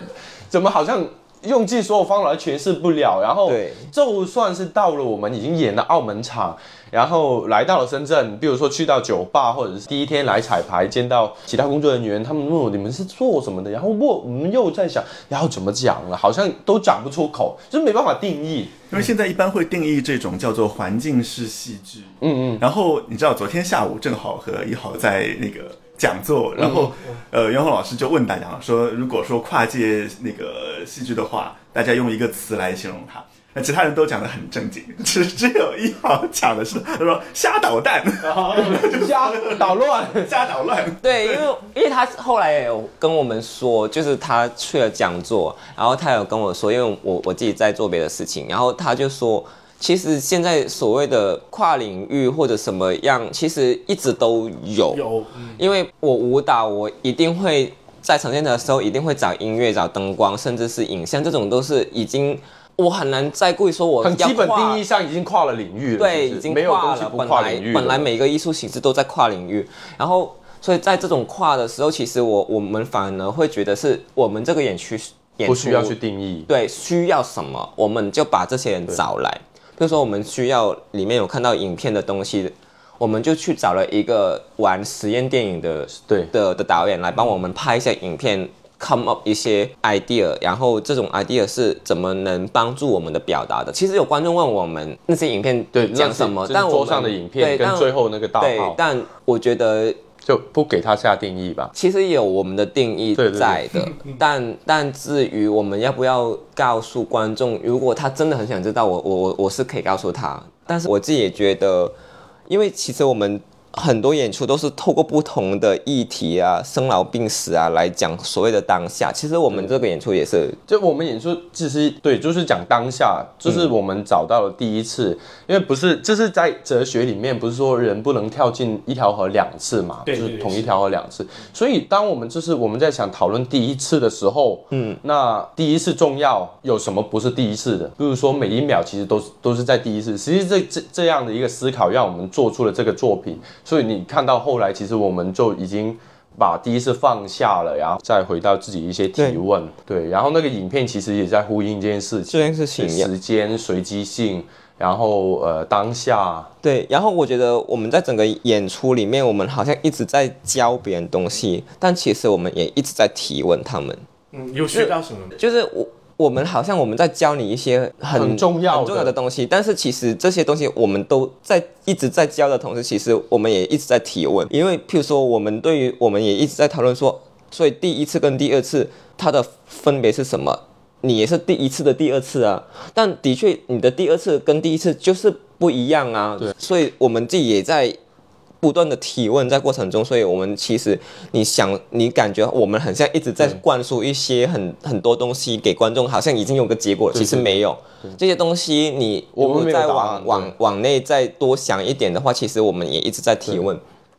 [SPEAKER 2] 怎么好像。用尽所有方法来诠释不了，然后
[SPEAKER 3] 对
[SPEAKER 2] 就算是到了我们已经演了澳门场，然后来到了深圳，比如说去到酒吧，或者是第一天来彩排，见到其他工作人员，他们问我你们是做什么的，然后我我们又在想要怎么讲了，好像都讲不出口，就是没办法定义。
[SPEAKER 4] 因为现在一般会定义这种叫做环境式戏剧。
[SPEAKER 2] 嗯嗯，
[SPEAKER 4] 然后你知道，昨天下午正好和一豪在那个讲座，然后、
[SPEAKER 2] 嗯
[SPEAKER 4] 呃，袁弘老师就问大家说，如果说跨界那个戏剧的话，大家用一个词来形容它。那其他人都讲的很正经，只只有一豪讲的是他说瞎捣蛋，
[SPEAKER 2] 瞎捣 乱。
[SPEAKER 4] 瞎捣乱。
[SPEAKER 3] 对，因为因为他后来也有跟我们说，就是他去了讲座，然后他有跟我说，因为我我自己在做别的事情，然后他就说，其实现在所谓的跨领域或者什么样，其实一直都有，
[SPEAKER 1] 有，
[SPEAKER 3] 因为我舞蹈，我一定会在呈现的时候一定会找音乐、找灯光，甚至是影像，这种都是已经我很难再故意说我
[SPEAKER 2] 很
[SPEAKER 3] 要
[SPEAKER 2] 基本
[SPEAKER 3] 跨
[SPEAKER 2] 定义上已经跨了领域了，是
[SPEAKER 3] 对，
[SPEAKER 2] 不是
[SPEAKER 3] 已经
[SPEAKER 2] 没有
[SPEAKER 3] 跨
[SPEAKER 2] 东西
[SPEAKER 3] 了。
[SPEAKER 2] 不
[SPEAKER 3] 本
[SPEAKER 2] 跨
[SPEAKER 3] 来
[SPEAKER 2] 领域了
[SPEAKER 3] 本来每个艺术形式都在跨领域，然后所以在这种跨的时候，其实我我们反而会觉得是我们这个演区演
[SPEAKER 2] 不
[SPEAKER 3] 出
[SPEAKER 2] 需要去定义。
[SPEAKER 3] 对需要什么，我们就把这些人找来。比如说我们需要里面有看到影片的东西，我们就去找了一个玩实验电影的
[SPEAKER 2] 对，嗯
[SPEAKER 3] 的的导演来帮我们拍一下影片，come up 一些 idea，然后这种 idea 是怎么能帮助我们的表达的？其实有观众问我们那些影片
[SPEAKER 2] 对
[SPEAKER 3] 讲什么，
[SPEAKER 2] 那是
[SPEAKER 3] 但
[SPEAKER 2] 就是桌
[SPEAKER 3] 我们
[SPEAKER 2] 上的影片
[SPEAKER 3] 对
[SPEAKER 2] 跟
[SPEAKER 3] 但
[SPEAKER 2] 最后那个大
[SPEAKER 3] 对
[SPEAKER 2] 号，
[SPEAKER 3] 但我觉得
[SPEAKER 2] 就不给它下定义吧。
[SPEAKER 3] 其实有我们的定义
[SPEAKER 2] 对对对
[SPEAKER 3] 在的，但但至于我们要不要告诉观众，如果他真的很想知道，我我我我是可以告诉他，但是我自己也觉得，因为其实我们很多演出都是透过不同的议题啊、生老病死啊来讲所谓的当下，其实我们这个演出也是
[SPEAKER 2] 就我们演出，其实对，就是讲当下，就是
[SPEAKER 1] 嗯
[SPEAKER 2] 我们找到了第一次，因为不是，就是在哲学里面，不是说人不能跳进一条河两次嘛，
[SPEAKER 1] 对对
[SPEAKER 2] 就是
[SPEAKER 1] 对
[SPEAKER 2] 同一条河两次。所以当我们就是我们在想讨论第一次的时候，嗯，那第一次重要，有什么不是第一次的？比如说每一秒其实都是都是在第一次。其实这这这样的一个思考，让我们做出了这个作品。所以你看到后来，其实我们就已经。把第一次放下了，然后再回到自己一些提问，对然后那个影片其实也在呼应这件事
[SPEAKER 3] 这
[SPEAKER 2] 情，
[SPEAKER 3] 件事情一样。
[SPEAKER 2] 时间随机性，然后呃当下，
[SPEAKER 3] 对，然后我觉得我们在整个演出里面，我们好像一直在教别人东西，但其实我们也一直在提问他们。
[SPEAKER 1] 嗯，有学到什么？
[SPEAKER 3] 就是我我们好像我们在教你一些很
[SPEAKER 2] 很重要的
[SPEAKER 3] 很重要的东西，但是其实这些东西我们都在一直在教的同时，其实我们也一直在提问，因为譬如说我们对于我们也一直在讨论说，所以第一次跟第二次它的分别是什么？你也是第一次的第二次啊，但的确你的第二次跟第一次就是不一样啊，
[SPEAKER 2] 对，
[SPEAKER 3] 所以我们自己也在不断的提问在过程中，所以我们其实你想，你感觉我们很像一直在灌输一些很很多东西给观众，好像已经有个结果了，
[SPEAKER 2] 对
[SPEAKER 3] 其实没有。这些东西你
[SPEAKER 2] 我们
[SPEAKER 3] 如果
[SPEAKER 2] 没有
[SPEAKER 3] 再
[SPEAKER 2] 答案
[SPEAKER 3] 往
[SPEAKER 2] 对
[SPEAKER 3] 往往内再多想一点的话，其实我们也一直在提问。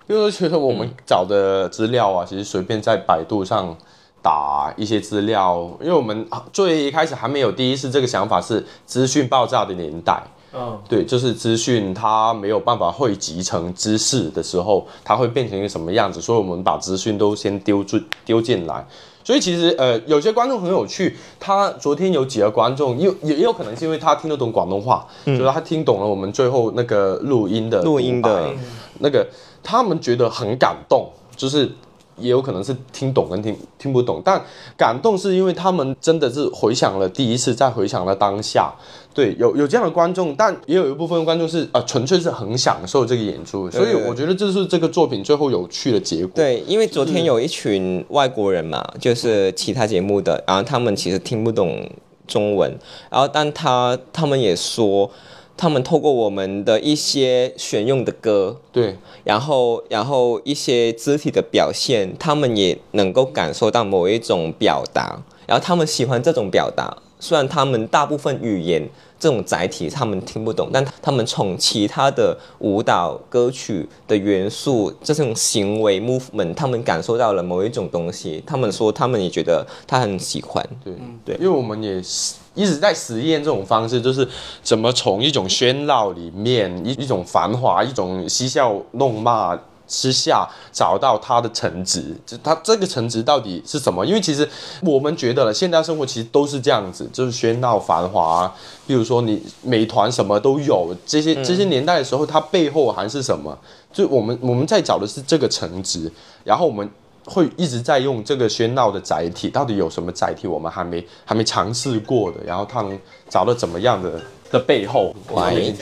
[SPEAKER 2] 就是觉得我们找的资料啊，其实随便在百度上打一些资料，因为我们啊最开始还没有第一次这个想法是资讯爆炸的年代，
[SPEAKER 1] 嗯，
[SPEAKER 2] 对，就是资讯它没有办法汇集成知识的时候，它会变成一个什么样子？所以我们把资讯都先丢进丢进来。所以其实呃，有些观众很有趣，他昨天有几个观众，也有也也有可能是因为他听得懂广东话，就是他听懂了我们最后那个录音的
[SPEAKER 3] 嗯录音的
[SPEAKER 2] 独白那个，他们觉得很感动，就是也有可能是听懂跟听听不懂，但感动是因为他们真的是回想了第一次，再回想了当下。对，有有这样的观众，但也有一部分观众是啊、呃纯粹是很享受这个演出，所以
[SPEAKER 3] 对
[SPEAKER 2] 我觉得这是这个作品最后有趣的结果。嗯
[SPEAKER 3] 对，因为昨天有一群外国人嘛，就是其他节目的，然后他们其实听不懂中文，然后但他他们也说，他们透过我们的一些选用的歌，
[SPEAKER 2] 对
[SPEAKER 3] 然后，然后一些肢体的表现，他们也能够感受到某一种表达，然后他们喜欢这种表达，虽然他们大部分语言这种载体他们听不懂，但他们从其他的舞蹈、歌曲的元素，这种行为 movement，他们感受到了某一种东西，他们说他们也觉得他很喜欢。
[SPEAKER 2] 对
[SPEAKER 3] 对
[SPEAKER 2] 因为我们也是一直在实验这种方式，就是怎么从一种喧闹里面，一一种繁华，一种嬉笑怒骂之下，找到它的层值，就它这个层值到底是什么？因为其实我们觉得了，现代生活其实都是这样子，就是喧闹繁华，啊比如说你美团什么都有，这些这些年代的时候，它背后还是什么？就我们我们在找的是这个层值，然后我们会一直在用这个喧闹的载体，到底有什么载体我们还没还没尝试过的，然后它能找到怎么样的的背后？
[SPEAKER 3] 喂，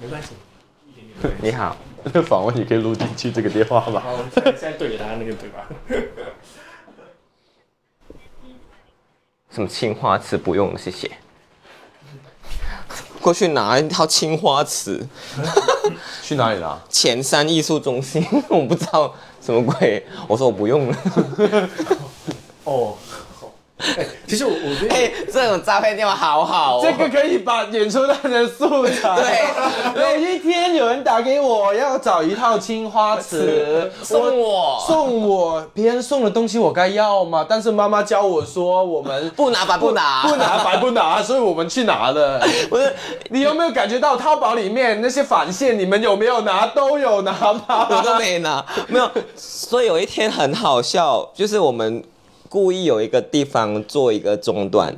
[SPEAKER 1] 没关系。
[SPEAKER 3] 你好，
[SPEAKER 2] 访问你可以录进去这个电话吧？
[SPEAKER 1] 好，我们现在现在对给大家那个对吧？
[SPEAKER 3] 什么青花瓷不用了，谢谢。过去拿一套青花瓷，
[SPEAKER 2] 去哪里拿？
[SPEAKER 3] 前山艺术中心， 我不知道什么鬼，我说我不用了。
[SPEAKER 1] 哦，好。哎，其实我我觉得，
[SPEAKER 3] 哎，这种诈骗电话好好、哦，
[SPEAKER 2] 这个可以把演出当成素材。
[SPEAKER 3] 对，
[SPEAKER 2] 有一天有人打给我，要找一套青花瓷，
[SPEAKER 3] 送我
[SPEAKER 2] 送我，别人送的东西我该要吗？但是妈妈教我说，我 们
[SPEAKER 3] 不拿吧，不拿，
[SPEAKER 2] 不拿白不拿，所以我们去拿 了。
[SPEAKER 3] 不是
[SPEAKER 2] 你有没有感觉到淘宝里面那些返现，你们有没有拿？都有拿
[SPEAKER 3] 我都
[SPEAKER 2] 吧？
[SPEAKER 3] 没拿，没有。所以有一天很好笑，就是我们故意有一个地方做一个中断，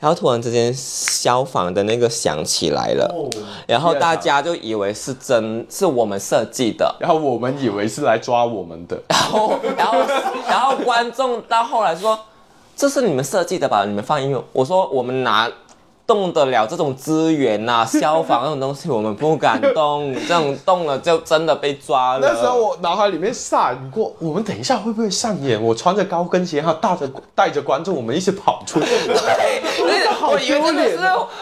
[SPEAKER 3] 然后突然之间消防的那个响起来
[SPEAKER 1] 哦
[SPEAKER 3] 了，然后
[SPEAKER 1] 啊
[SPEAKER 3] 大家就以为是真是我们设计的，
[SPEAKER 2] 然后我们以为是来抓我们的，
[SPEAKER 3] 然后 然后然后观众到后来说这是你们设计的吧？你们放音乐，我说我们拿。动得了这种资源呐、消防那种东西，我们不敢动，这种动了就真的被抓了。
[SPEAKER 2] 那时候我脑海里面闪过，我们等一下会不会上演？我穿着高跟鞋，还有带着带着观众，我们一起跑出去。
[SPEAKER 3] 对，我以为真的是，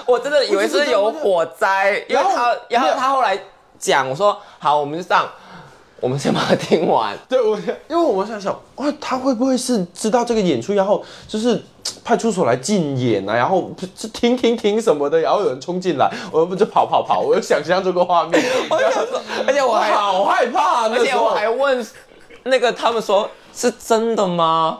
[SPEAKER 3] 我真的以为哦是有火灾，因为他，然后他后来讲，我说好，我们就上，我们先把它听完。
[SPEAKER 2] 对，我因为我想想，哇，他会不会是知道这个演出，然后就是嘖派出所来禁演啊，然后不就停停停什么的，然后有人冲进来，我们不就跑跑跑，我就想象这个画面，
[SPEAKER 3] 我就说， 而且我
[SPEAKER 2] 我
[SPEAKER 3] 还，
[SPEAKER 2] 好害怕、啊，
[SPEAKER 3] 而
[SPEAKER 2] 那
[SPEAKER 3] 且
[SPEAKER 2] 时
[SPEAKER 3] 我
[SPEAKER 2] 候
[SPEAKER 3] 还问那个他们说是真的吗？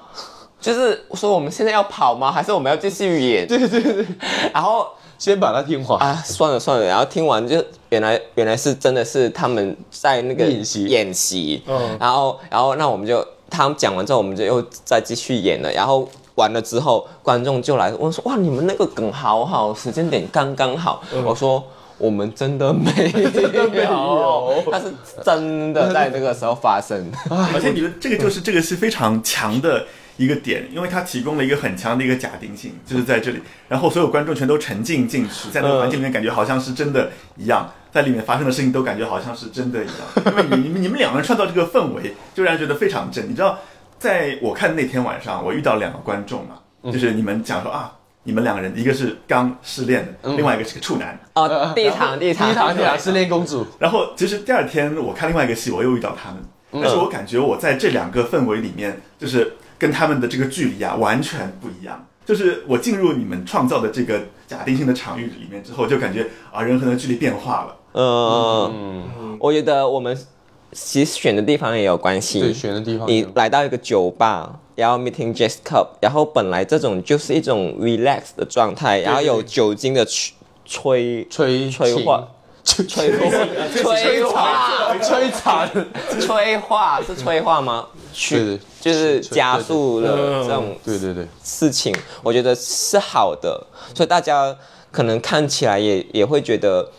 [SPEAKER 3] 就是说我们现在要跑吗？还是我们要继续演？对对对。然后
[SPEAKER 2] 先把它听完。
[SPEAKER 3] 啊，算了算了，然后听完就原来原来是真的是他们在那个
[SPEAKER 2] 演习
[SPEAKER 3] 演习，
[SPEAKER 1] 嗯
[SPEAKER 3] 然后然后那我们就他们讲完之后，我们就又再继续演了，然后完了之后，观众就来问说哇，你们那个梗好好，时间点刚刚好，我说。我们真的 没有，
[SPEAKER 2] 嗯没有
[SPEAKER 3] 它是真的在这个时候发 生。
[SPEAKER 4] 而且你们这个就是这个是非常强的一个点，因为它提供了一个很强的一个假定性，就是在这里，然后所有观众全都沉浸进去，在那个环境里面感觉好像是真的一样，在里面发生的事情都感觉好像是真的一样，因为你你们 你们两个人创造这个氛围，就让人觉得非常真。你知道，在我看那天晚上，我遇到两个观众嘛，就是你们讲说啊。你们两个人，一个是刚失恋的，另外一个是个处男。
[SPEAKER 3] 哦，地堂地堂
[SPEAKER 2] 一堂讲失恋公主，
[SPEAKER 4] 然后其实第二天我看另外一个戏，我又遇到他们，但是我感觉我在这两个氛围里面，就是跟他们的这个距离啊完全不一样。就是我进入你们创造的这个假定性的场域里面之后，就感觉啊人和人的距离变化了。
[SPEAKER 3] 嗯，我觉得我们其实选的地方也有关系。
[SPEAKER 2] 对，选的地方
[SPEAKER 3] 你来到一个酒吧，然后 meeting jazz club，然后本来这种就是一种 relax 的状态，然后有酒精的催催
[SPEAKER 2] 吹
[SPEAKER 3] 催化，
[SPEAKER 2] 吹
[SPEAKER 3] 催催化
[SPEAKER 2] 吹惨，
[SPEAKER 3] 催化是催化吗？
[SPEAKER 2] 对
[SPEAKER 3] 去就是加速了这种
[SPEAKER 2] 对对对，
[SPEAKER 3] 事情，我觉得是好的，所以大家可能看起来也也会觉得。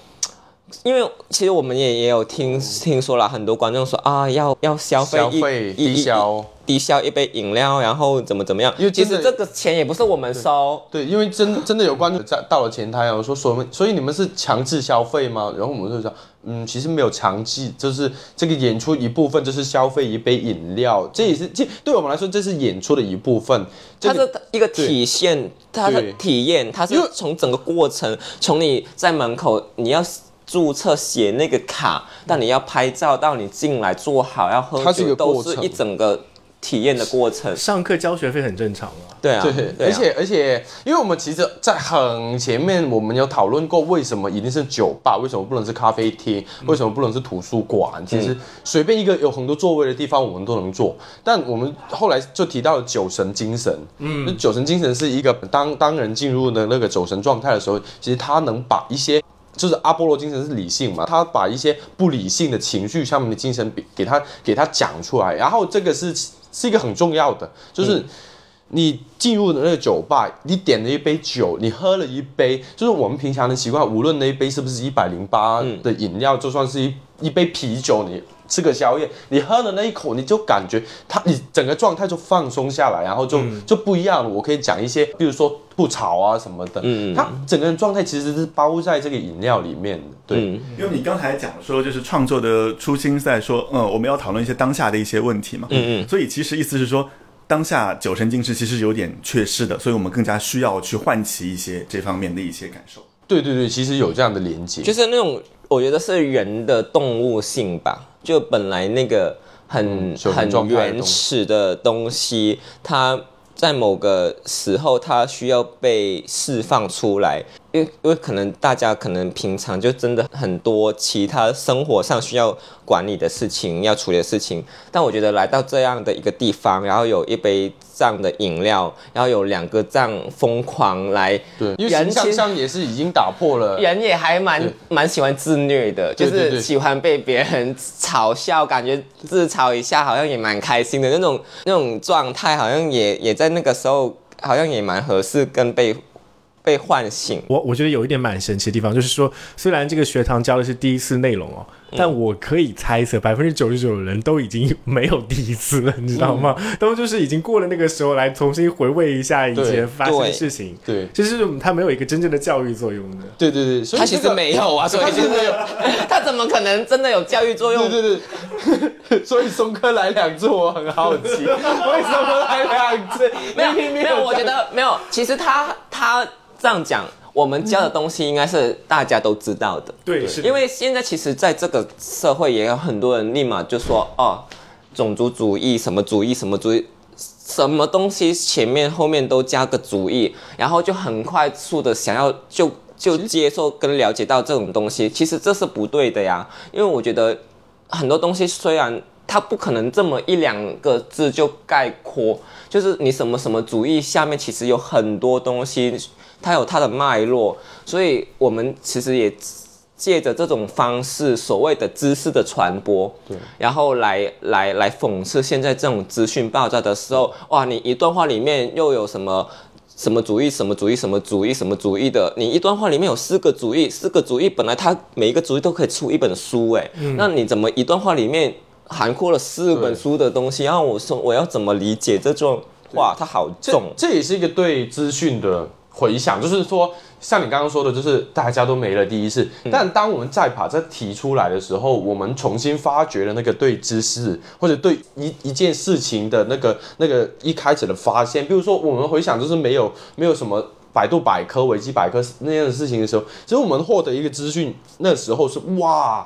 [SPEAKER 3] 因为其实我们也也有听听说了，很多观众说啊，要要消费
[SPEAKER 2] 消
[SPEAKER 3] 一
[SPEAKER 2] 费
[SPEAKER 3] 一
[SPEAKER 2] 低消。
[SPEAKER 3] 低消一杯饮料，然后怎么怎么样？
[SPEAKER 2] 因为
[SPEAKER 3] 其
[SPEAKER 2] 真的
[SPEAKER 3] 实这个钱也不是我们收，
[SPEAKER 2] 对，因为真真的有观众在到了前台啊，我说所以所以你们是强制消费吗？然后我们就说，嗯，其实没有强制，就是这个演出一部分就是消费一杯饮料，这也是这对我们来说这是演出的一部分。这
[SPEAKER 3] 它
[SPEAKER 2] 个
[SPEAKER 3] 是一个体现，它
[SPEAKER 2] 对
[SPEAKER 3] 是体验，它是
[SPEAKER 2] 因为
[SPEAKER 3] 从整个过程，从你在门口你要注册写那个卡，到你要拍照，到你进来坐好要喝
[SPEAKER 2] 它是一
[SPEAKER 3] 酒，
[SPEAKER 2] 个
[SPEAKER 3] 都
[SPEAKER 2] 过程
[SPEAKER 3] 是一整个体验的过程。
[SPEAKER 1] 上课交学费很正常啊。
[SPEAKER 3] 对啊，
[SPEAKER 2] 对，
[SPEAKER 3] 对
[SPEAKER 2] 而
[SPEAKER 3] 啊
[SPEAKER 2] 且而且，因为我们其实，在很前面我们有讨论过，为什么一定是酒吧，为什么不能是咖啡厅，
[SPEAKER 3] 嗯
[SPEAKER 2] 为什么不能是图书馆？其实随便一个有很多座位的地方，我们都能坐。但我们后来就提到了酒神精神，嗯，酒神精神是一个当当人进入的那个酒神状态的时候，其实他能把一些就是阿波罗精神是理性嘛，他把一些不理性的情绪上面的精神给给他给他讲出来，然后这个是是一个很重要的，就是
[SPEAKER 3] 嗯
[SPEAKER 2] 你进入的那个酒吧，你点了一杯酒，你喝了一杯，就是我们平常的习惯，无论那一杯是不是一百零八
[SPEAKER 3] 嗯
[SPEAKER 2] 的饮料，就算是一一杯啤酒，你吃个宵夜，你喝了那一口，你就感觉它，你整个状态就放松下来，然后就、
[SPEAKER 3] 嗯
[SPEAKER 2] 就不一样了。我可以讲一些，比如说吐槽啊什么的，
[SPEAKER 3] 嗯
[SPEAKER 2] 它整个人状态其实是包在这个饮料里面的，对。
[SPEAKER 3] 嗯
[SPEAKER 4] 因为你刚才讲说，就是创作的初心是在说，嗯，我们要讨论一些当下的一些问题嘛。嗯嗯。所以其实意思是说，当下酒神精神其实有点缺失的，所以我们更加需要去唤起一些这方面的一些感受。
[SPEAKER 2] 对对对，其实有这样的连接，
[SPEAKER 3] 就是那种我觉得是人的动物性吧，就本来那个很、
[SPEAKER 2] 嗯就很
[SPEAKER 3] 很
[SPEAKER 2] 状态的
[SPEAKER 3] 原
[SPEAKER 2] 东西
[SPEAKER 3] 始的东西，它在某个时候它需要被释放出来，因为因为可能大家可能平常就真的很多其他生活上需要管理的事情、要处理的事情，但我觉得来到这样的一个地方，然后有一杯这样的饮料，然后有两个这样疯狂来
[SPEAKER 2] 对，因为
[SPEAKER 3] 人
[SPEAKER 2] 形象
[SPEAKER 3] 其实
[SPEAKER 2] 上也是已经打破了。
[SPEAKER 3] 人也还蛮
[SPEAKER 2] 对
[SPEAKER 3] 蛮喜欢自虐的，就
[SPEAKER 2] 对对
[SPEAKER 3] 是
[SPEAKER 2] 对
[SPEAKER 3] 喜欢被别人嘲笑，感觉自嘲一下好像也蛮开心的那种那种状态，好像也也在那个时候好像也蛮合适跟被被唤 醒。
[SPEAKER 1] 我我觉得有一点蛮神奇的地方，就是说，虽然这个学堂教的是第一次内容哦，但我可以猜测，百分之九十九的人都已经 没有第一次了，你知道吗？他们就是已经过了那个时候，来重新回味一下以前
[SPEAKER 2] 对
[SPEAKER 1] 发生的
[SPEAKER 3] 对
[SPEAKER 1] 事情。
[SPEAKER 2] 对
[SPEAKER 1] 就是它没有一个真正的教育作用的。
[SPEAKER 2] 对对对，所以
[SPEAKER 3] 他其
[SPEAKER 2] 这
[SPEAKER 3] 实
[SPEAKER 2] 个
[SPEAKER 3] 没有啊，所以
[SPEAKER 2] 他其实没有。
[SPEAKER 3] 他怎么可能真的有教育作用？
[SPEAKER 2] 对对对， 所以松科来两次，我很好 奇，为什么来两次？
[SPEAKER 3] 没有
[SPEAKER 2] 明明
[SPEAKER 3] 没有，我觉得没有。其实他他这样讲，我们教的东西应该是大家都知道的。
[SPEAKER 1] 对，是
[SPEAKER 3] 因为现在其实在这个社会也有很多人立马就说哦，种族主义什么主义什么主义，什么东西前面后面都加个主义，然后就很快速的想要就就接受跟了解到这种东西，其实这是不对的呀，因为我觉得很多东西虽然它不可能这么一两个字就概括，就是你什么什么主义下面其实有很多东西，它有它的脉络，所以我们其实也借着这种方式，所谓的知识的传播，对，然后来来来讽刺现在这种资讯爆炸的时候，哇，你一段话里面又有什么？什么主义？什么主义？什么主义？什么主义的？你一段话里面有四个主义，四个主义本来它每一个主义都可以出一本书，哎、那你怎么一段话里面涵括了四本书的东西？然后我说我要怎么理解这种话？它好
[SPEAKER 2] 这
[SPEAKER 3] 重，
[SPEAKER 2] 这也是一个对资讯的回响，就是说，像你刚刚说的，就是大家都没了第一次，但当我们再把这提出来的时候，我们重新发掘了那个对知识或者对一一件事情的那个那个一开始的发现，比如说我们回想，就是没有没有什么。百度百科、维基百科那样的事情的时候，其实我们获得一个资讯，那时候是哇，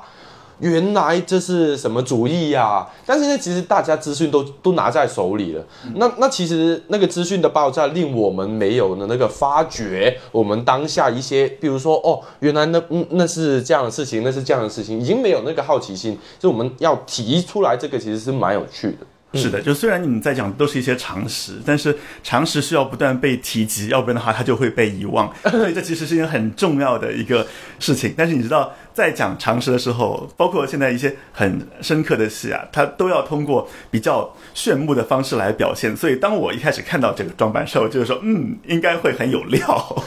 [SPEAKER 2] 原来这是什么主意呀、但是现在其实大家资讯都都拿在手里了，那那其实那个资讯的爆炸令我们没有的那个发掘，我们当下一些，比如说哦，原来那嗯那是这样的事情，那是这样的事情，已经没有那个好奇心，就我们要提出来这个其实是蛮有趣的。
[SPEAKER 4] 是的，就虽然你们在讲的都是一些常识，但是常识需要不断被提及，要不然的话它就会被遗忘。所以这其实是一件很重要的一个事情。但是你知道，在讲常识的时候，包括现在一些很深刻的戏啊，它都要通过比较炫目的方式来表现。所以当我一开始看到这个装扮时候，我就是说，嗯，应该会很有料。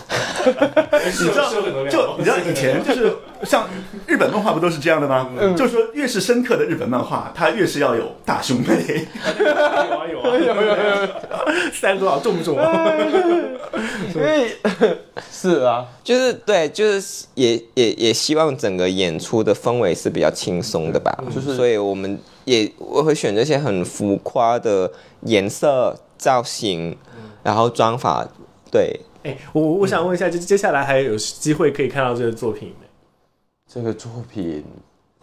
[SPEAKER 1] 你知
[SPEAKER 4] 就你知道以前就是像日本漫画不都是这样的吗？就是说越是深刻的日本漫画，它越是要有大胸妹。
[SPEAKER 1] 有啊有啊有有有，三多少重不重啊？
[SPEAKER 2] 是啊，
[SPEAKER 3] 就是对，就是也也也希望整个演出的氛围是比较轻松的吧，
[SPEAKER 2] 嗯
[SPEAKER 3] 就是所以我们也我会选择一些很浮夸的颜色、造型，
[SPEAKER 2] 嗯
[SPEAKER 3] 然后妆法，对，
[SPEAKER 1] 哎，我我想问一下，就接下来还有机会可以看到这个作品吗？
[SPEAKER 2] 这个作品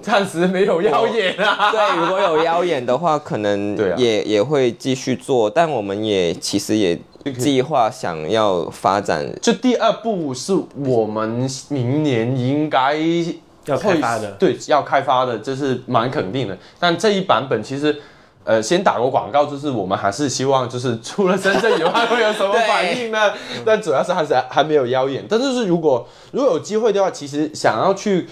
[SPEAKER 2] 暂时没有耀眼啊。
[SPEAKER 3] 对，如果有妖眼的话，可能
[SPEAKER 2] 对啊
[SPEAKER 3] 也、也会继续做，但我们也其实也计划想要发展，
[SPEAKER 2] 就第二步是我们明年应该
[SPEAKER 1] 要开发的
[SPEAKER 2] 会对，要开发的，这是蛮肯定的。但这一版本其实，呃，先打个广告，就是我们还是希望，就是除了深圳以外会有什么反应呢？ 但主要是还是还没有妖眼。但就是如果如果有机会的话，其实想要去。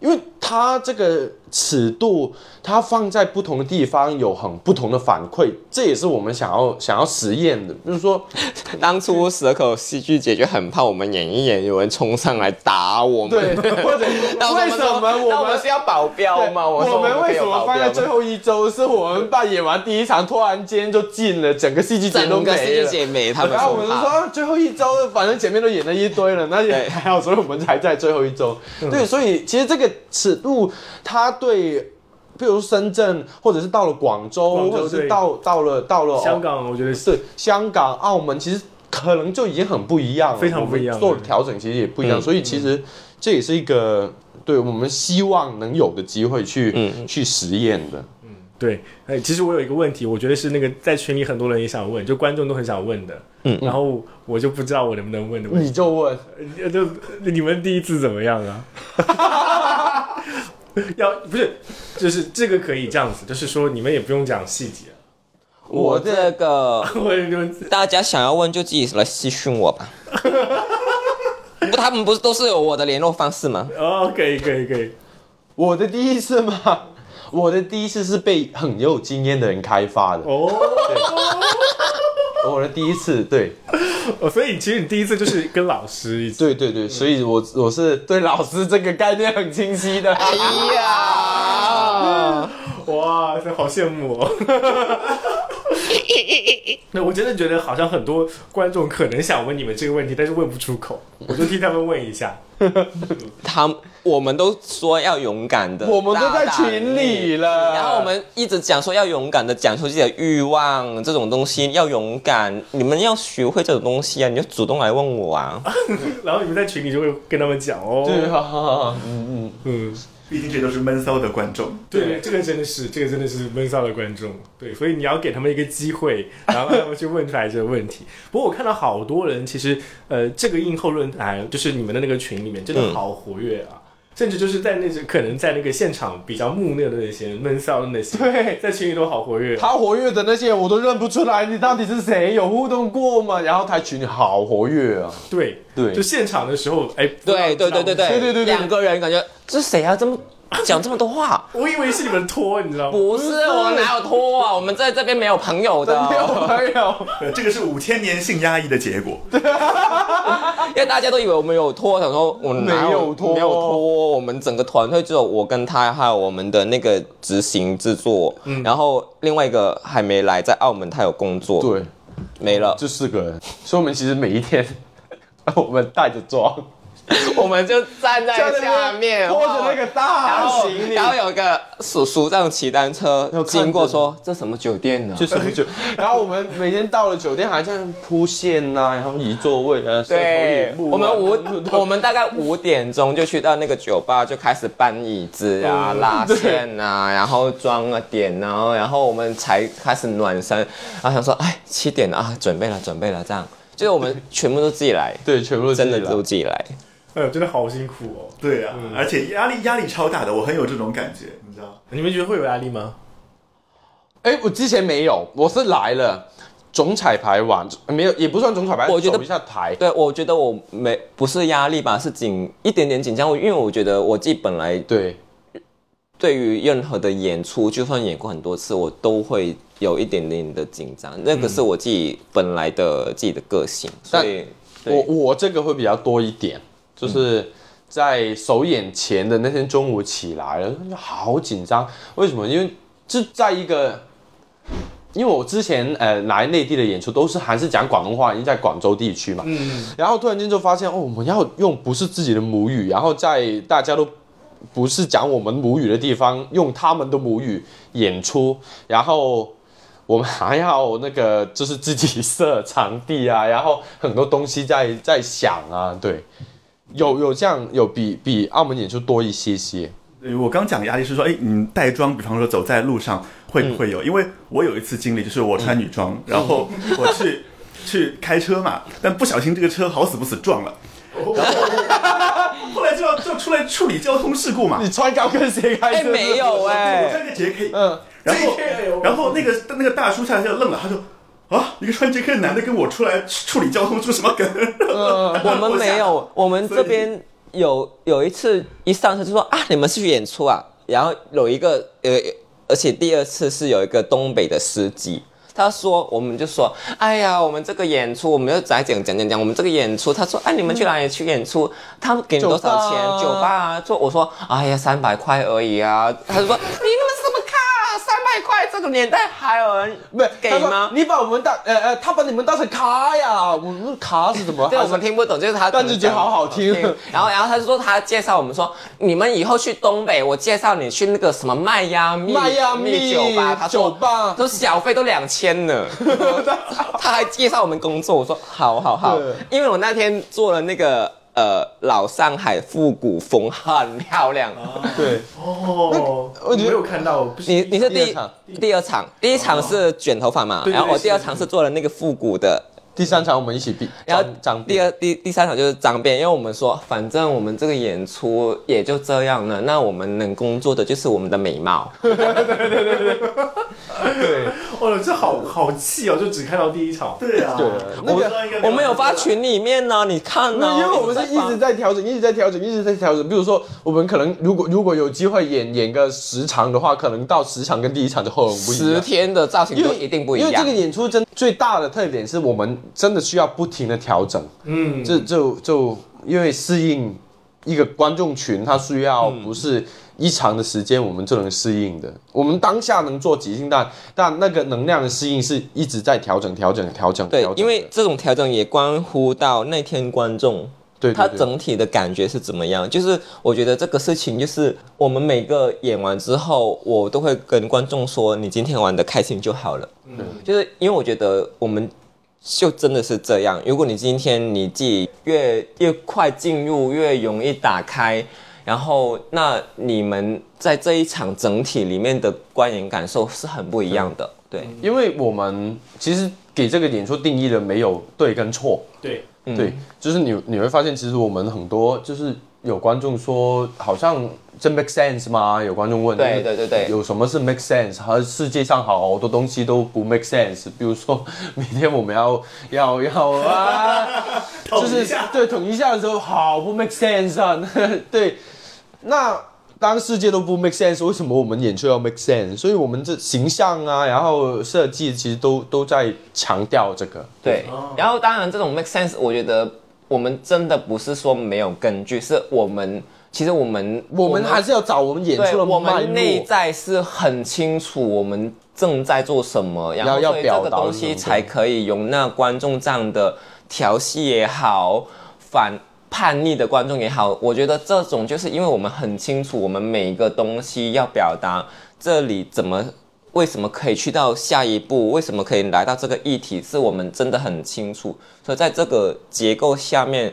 [SPEAKER 2] 因为它这个尺度，它放在不同的地方有很不同的反馈，这也是我们想要想要实验的。就是说，
[SPEAKER 3] 当初蛇口戏剧节就很怕我们演一演，有人冲上来打我们。
[SPEAKER 2] 对， 或者
[SPEAKER 3] 那我
[SPEAKER 2] 为
[SPEAKER 3] 们说
[SPEAKER 2] 什么
[SPEAKER 3] 那
[SPEAKER 2] 我
[SPEAKER 3] 我
[SPEAKER 2] 们
[SPEAKER 3] 们是要保镖吗？
[SPEAKER 2] 我
[SPEAKER 3] 说我
[SPEAKER 2] 们
[SPEAKER 3] 可
[SPEAKER 2] 为
[SPEAKER 3] 以
[SPEAKER 2] 什
[SPEAKER 3] 有
[SPEAKER 2] 么
[SPEAKER 3] 保镖
[SPEAKER 2] 放在
[SPEAKER 3] 吗
[SPEAKER 2] 最后一周？是我们扮演完第一场，突然间就进了，整个戏剧节都
[SPEAKER 3] 整个
[SPEAKER 2] 没
[SPEAKER 3] 世
[SPEAKER 2] 了。
[SPEAKER 3] 界没他们
[SPEAKER 2] 然后我们
[SPEAKER 3] 说
[SPEAKER 2] 就
[SPEAKER 3] 怕。
[SPEAKER 2] 说最后一周，反正前面都演了一堆了，那也
[SPEAKER 3] 对
[SPEAKER 2] 还好，所以我们才在最后一周。
[SPEAKER 3] 嗯
[SPEAKER 2] 对，所以其实这个尺度，它对，比如深圳，或者是到了广州，
[SPEAKER 1] 广州
[SPEAKER 2] 或者是
[SPEAKER 1] 对
[SPEAKER 2] 到到了到了
[SPEAKER 1] 香港我觉得是
[SPEAKER 2] 对香港、澳门，其实可能就已经很不一样了，
[SPEAKER 1] 非常不一样
[SPEAKER 2] 我们做的调整其实也不一样，
[SPEAKER 3] 嗯
[SPEAKER 2] 所以其实这也是一个对我们希望能有的机会去、
[SPEAKER 3] 嗯
[SPEAKER 2] 去实验的。
[SPEAKER 1] 对，哎，其实我有一个问题，我觉得是那个在群里很多人也想问，就观众都很想问的，
[SPEAKER 3] 嗯
[SPEAKER 1] 然后我就不知道我能不能问的问
[SPEAKER 2] 你
[SPEAKER 1] 题，
[SPEAKER 2] 就问，
[SPEAKER 1] 呃就你们第一次怎么样啊？ 要不是，就是这个可以这样子，就是说你们也不用讲细节，
[SPEAKER 3] 我这个
[SPEAKER 1] 我你们
[SPEAKER 3] 大家想要问就自己来私讯我吧。 不，他们不是都是有我的联络方式吗？
[SPEAKER 1] 哦，可以可以可以，
[SPEAKER 2] 我的第一次嘛， 我的第一次是被很有经验的人开发的，
[SPEAKER 1] 哦，
[SPEAKER 2] 我的第一次，对，
[SPEAKER 1] 哦所以其实你第一次就是跟老师一起，
[SPEAKER 2] 对对对，所以我我是对老师这个概念很清晰的。
[SPEAKER 3] 哎呀，
[SPEAKER 1] 哇，这好羡慕哦。那我真的觉得好像很多观众可能想问你们这个问题，但是问不出口，我就替他们问一下。
[SPEAKER 3] 他我们都说要勇敢的，
[SPEAKER 2] 我们都在
[SPEAKER 3] 大胆
[SPEAKER 2] 群里啊了，
[SPEAKER 3] 然后我们一直讲说要勇敢的讲出自己的欲望，这种东西要勇敢，你们要学会这种东西啊！你就主动来问我啊，
[SPEAKER 1] 然后你们在群里就会跟他们讲哦，
[SPEAKER 2] 对啊，
[SPEAKER 1] 嗯，
[SPEAKER 4] 毕竟这都是闷骚的观众。
[SPEAKER 1] 对，这个真的是，这个真的是闷骚的观众，对，所以你要给他们一个机会，然后让他们去问出来这个问题。 不过我看到好多人，其实呃，这个映后论坛就是你们的那个群里面，真的
[SPEAKER 3] 嗯
[SPEAKER 1] 好活跃啊。甚至就是在那些可能在那个现场比较木讷的那些闷骚的那些，
[SPEAKER 2] 对
[SPEAKER 1] 在群里都好活跃啊、
[SPEAKER 2] 他活跃的那些我都认不出来，你到底是谁？有互动过吗？然后他群里好活跃啊，
[SPEAKER 1] 对
[SPEAKER 2] 对
[SPEAKER 1] 就现场的时候，哎，不知道
[SPEAKER 3] 对对对对，
[SPEAKER 2] 对对对对
[SPEAKER 3] 两个人感觉这谁啊，这么讲这么多话？
[SPEAKER 1] 我以为是你们拖，你知道吗？
[SPEAKER 3] 不是我哪有拖啊，我们在这边没有朋友的
[SPEAKER 2] 真的有
[SPEAKER 3] 哦，
[SPEAKER 2] 朋友，
[SPEAKER 4] 呃，这个是五千年性压抑的结果。
[SPEAKER 3] 因为大家都以为我们有拖，想说我们哪
[SPEAKER 2] 没有拖
[SPEAKER 3] 没有拖，我们整个团队只有我跟他还有我们的那个执行制作，
[SPEAKER 2] 嗯
[SPEAKER 3] 然后另外一个还没来，在澳门他有工作，，
[SPEAKER 2] 对，
[SPEAKER 3] 没了。
[SPEAKER 2] 就四个人，所以我们其实每一天 我们带着妆，
[SPEAKER 3] 我们就站在下面，
[SPEAKER 2] 拖着那个
[SPEAKER 3] 然
[SPEAKER 2] 大
[SPEAKER 3] 后
[SPEAKER 2] 行李
[SPEAKER 3] 然，后有个叔叔让骑单车
[SPEAKER 2] 要看着
[SPEAKER 3] 经过说，这什么酒店呢？
[SPEAKER 2] 就是很久，然后我们每天到了酒店还这样铺线呐、然后移座位啊，摄
[SPEAKER 3] 对
[SPEAKER 2] 头，荧幕啊
[SPEAKER 3] 我们五
[SPEAKER 2] 等等
[SPEAKER 3] 我们大概五点钟就去到那个酒吧，就开始搬椅子啊、拉线啊，然后装了点，啊然后然后我们才开始暖身，然后想说，哎，七点了啊，准备了，准备了，这样，就是我们全部都自己来，
[SPEAKER 2] 对，全部都是
[SPEAKER 3] 真的
[SPEAKER 2] 自己来
[SPEAKER 3] 都自己来，
[SPEAKER 1] 哎呦，真的好辛苦哦。
[SPEAKER 4] 对啊，而且压力压力超大的，我很有这种感觉，你知道？
[SPEAKER 1] 你们觉得会有压力吗？
[SPEAKER 2] 哎、我之前没有，我是来了总彩排完，没有，也不算总彩排，
[SPEAKER 3] 我觉得
[SPEAKER 2] 走一下台，
[SPEAKER 3] 对，我觉得我没不是压力吧，是紧一点点紧张，我因为我觉得我自己本来
[SPEAKER 2] 对，
[SPEAKER 3] 对于任何的演出，就算演过很多次，我都会有一点点的紧张，那个是我自己本来的自己的个性，所以
[SPEAKER 2] 我
[SPEAKER 3] 对
[SPEAKER 2] 我这个会比较多一点，就是在首演前的那天中午起来了，好紧张。为什么？因为就在一个，因为我之前呃来内地的演出都是还是讲广东话，因为在广州地区嘛，
[SPEAKER 1] 嗯，
[SPEAKER 2] 然后突然间就发现哦，我们要用不是自己的母语，然后在大家都不是讲我们母语的地方，用他们的母语演出，然后我们还要那个就是自己设场地啊，然后很多东西在在想啊，对，有有这样有比比澳门演出多一些些，
[SPEAKER 4] 呃我刚讲压力是说，哎，你带妆，比方说走在路上会不会有？因为我有一次经历，就是我穿女装，然后我去 去开车嘛，但不小心这个车好死不死撞了，然后 后来就要就出来处理交通事故嘛。
[SPEAKER 2] 你穿高跟鞋开
[SPEAKER 3] 哎，
[SPEAKER 2] 车？
[SPEAKER 3] 没有
[SPEAKER 4] 我
[SPEAKER 3] 哎，
[SPEAKER 4] 穿个 JK，
[SPEAKER 2] 嗯，
[SPEAKER 4] 然后
[SPEAKER 1] JK 有
[SPEAKER 4] 然后那个那个大叔下来就愣了，他就。啊！一个穿 JK 的男的跟我出来处理交通，出什么梗？
[SPEAKER 3] 我们没有，我们这边有有一次一上车就说啊，你们是去演出啊，然后有一个呃，而且第二次是有一个东北的司机。他说，我们就说，哎呀，我们这个演出，我们就在讲讲讲讲，我们这个演出。他说，哎，你们去哪里去演出？他们给你多少钱？
[SPEAKER 2] 酒
[SPEAKER 3] 酒
[SPEAKER 2] 吧
[SPEAKER 3] 吧啊？说，我说，哎呀，三百块而已啊。他就说，你们什么咖？啊三百块这个年代还有人
[SPEAKER 2] 不是，
[SPEAKER 3] 给
[SPEAKER 2] 他说
[SPEAKER 3] 吗？
[SPEAKER 2] 你把我们当呃呃，他把你们当成咖呀？我们咖是什么？
[SPEAKER 3] 对，
[SPEAKER 2] 还
[SPEAKER 3] 我
[SPEAKER 2] 是
[SPEAKER 3] 哦们听不懂，就是他
[SPEAKER 2] 但是觉得好好听
[SPEAKER 3] 然后，然后他就说他介绍我们说，你们以后去东北，我介绍你去那个什么迈阿密
[SPEAKER 2] 迈阿密
[SPEAKER 3] 酒吧，他
[SPEAKER 2] 酒
[SPEAKER 3] 说
[SPEAKER 2] 吧
[SPEAKER 3] 都小费都两 千呢。他还介绍我们工作，我说好好好
[SPEAKER 2] 对，
[SPEAKER 3] 因为我那天做了那个呃老上海复古风，很漂亮。
[SPEAKER 2] 对，
[SPEAKER 1] 哦，
[SPEAKER 2] 我觉得
[SPEAKER 1] 没有看到，不是
[SPEAKER 3] 你你是
[SPEAKER 2] 第二
[SPEAKER 3] 第
[SPEAKER 2] 场哦
[SPEAKER 3] 第二场，第一场是卷头发嘛，
[SPEAKER 4] 对对
[SPEAKER 3] 然后我
[SPEAKER 4] 是
[SPEAKER 3] 第二场是做了那个复古的
[SPEAKER 2] 第三场我们一起比，
[SPEAKER 3] 然后
[SPEAKER 2] 张
[SPEAKER 3] 第二、第第三场就是脏辫，因为我们说，反正我们这个演出也就这样了，那我们能工作的就是我们的美貌。
[SPEAKER 1] 对，哦，这好好气哦，就只看到第一场。
[SPEAKER 4] 对啊，
[SPEAKER 2] 对那个
[SPEAKER 3] 我们有发，群里面呢，你看啊呢、
[SPEAKER 2] 那因为我们是一直在调整，一直在调整，一直在调整。比如说，我们可能如果如果有机会演演个十场的话，可能到十场跟第一场就很不一
[SPEAKER 3] 十
[SPEAKER 2] 样。
[SPEAKER 3] 天的造型
[SPEAKER 2] 因
[SPEAKER 3] 就
[SPEAKER 2] 为
[SPEAKER 3] 一定不一
[SPEAKER 2] 因为这
[SPEAKER 3] 样
[SPEAKER 2] 个。演出真最大的特点是我们真的需要不停的调整，
[SPEAKER 1] 嗯，
[SPEAKER 2] 这就就因为适应一个观众群，它需要
[SPEAKER 3] 嗯
[SPEAKER 2] 不是一长的时间我们就能适应的。我们当下能做即兴，但但那个能量的适应是一直在调整、调整、调整、
[SPEAKER 3] 对
[SPEAKER 2] 调整，的。
[SPEAKER 3] 因为这种调整也关乎到那天观众
[SPEAKER 2] 对对
[SPEAKER 3] 他
[SPEAKER 2] 对
[SPEAKER 3] 整体的感觉是怎么样？就是我觉得这个事情，就是我们每个演完之后，我都会跟观众说，你今天玩的开心就好了。嗯，就是因为我觉得我们就真的是这样。如果你今天你自己越越快进入，越容易打开，然后那你们在这一场整体里面的观影感受是很不一样的。
[SPEAKER 2] 嗯
[SPEAKER 3] 对，
[SPEAKER 2] 因为我们其实给这个演出定义的没有对跟错，
[SPEAKER 1] 对，
[SPEAKER 3] 嗯
[SPEAKER 2] 对，就是你你会发现，其实我们很多就是有观众说，好像真 make sense 吗？有观众问，
[SPEAKER 3] 对对对对
[SPEAKER 2] 有什么是 make sense？和世界上好多东西都不 make sense，比如说 明天我们要要要 啊，
[SPEAKER 4] 就
[SPEAKER 2] 就是对统一下的时候，好不 make sense 啊， 对，那。当世界都不 make sense，为什么我们演出要 make sense？所以我们这形象啊，然后设计其实都都在强调这个。
[SPEAKER 3] 对，
[SPEAKER 2] 哦
[SPEAKER 3] 然后当然这种 make sense，我觉得我们真的不是说没有根据，是我们其实我们
[SPEAKER 2] 我们还是要找我们演
[SPEAKER 3] 对
[SPEAKER 2] 出的
[SPEAKER 3] 我
[SPEAKER 2] 脉
[SPEAKER 3] 们内
[SPEAKER 2] 络。
[SPEAKER 3] 在是很清楚我们正在做什么，然后
[SPEAKER 2] 要
[SPEAKER 3] 所以这
[SPEAKER 2] 要
[SPEAKER 3] 个
[SPEAKER 2] 表达
[SPEAKER 3] 东
[SPEAKER 2] 什
[SPEAKER 3] 西
[SPEAKER 2] 么
[SPEAKER 3] 才可以容纳观众这样的调戏也好，反。叛逆的观众也好，我觉得这种就是因为我们很清楚，我们每一个东西要表达这里怎么为什么可以去到下一步？为什么可以来到这个议题？是我们真的很清楚。所以在这个结构下面，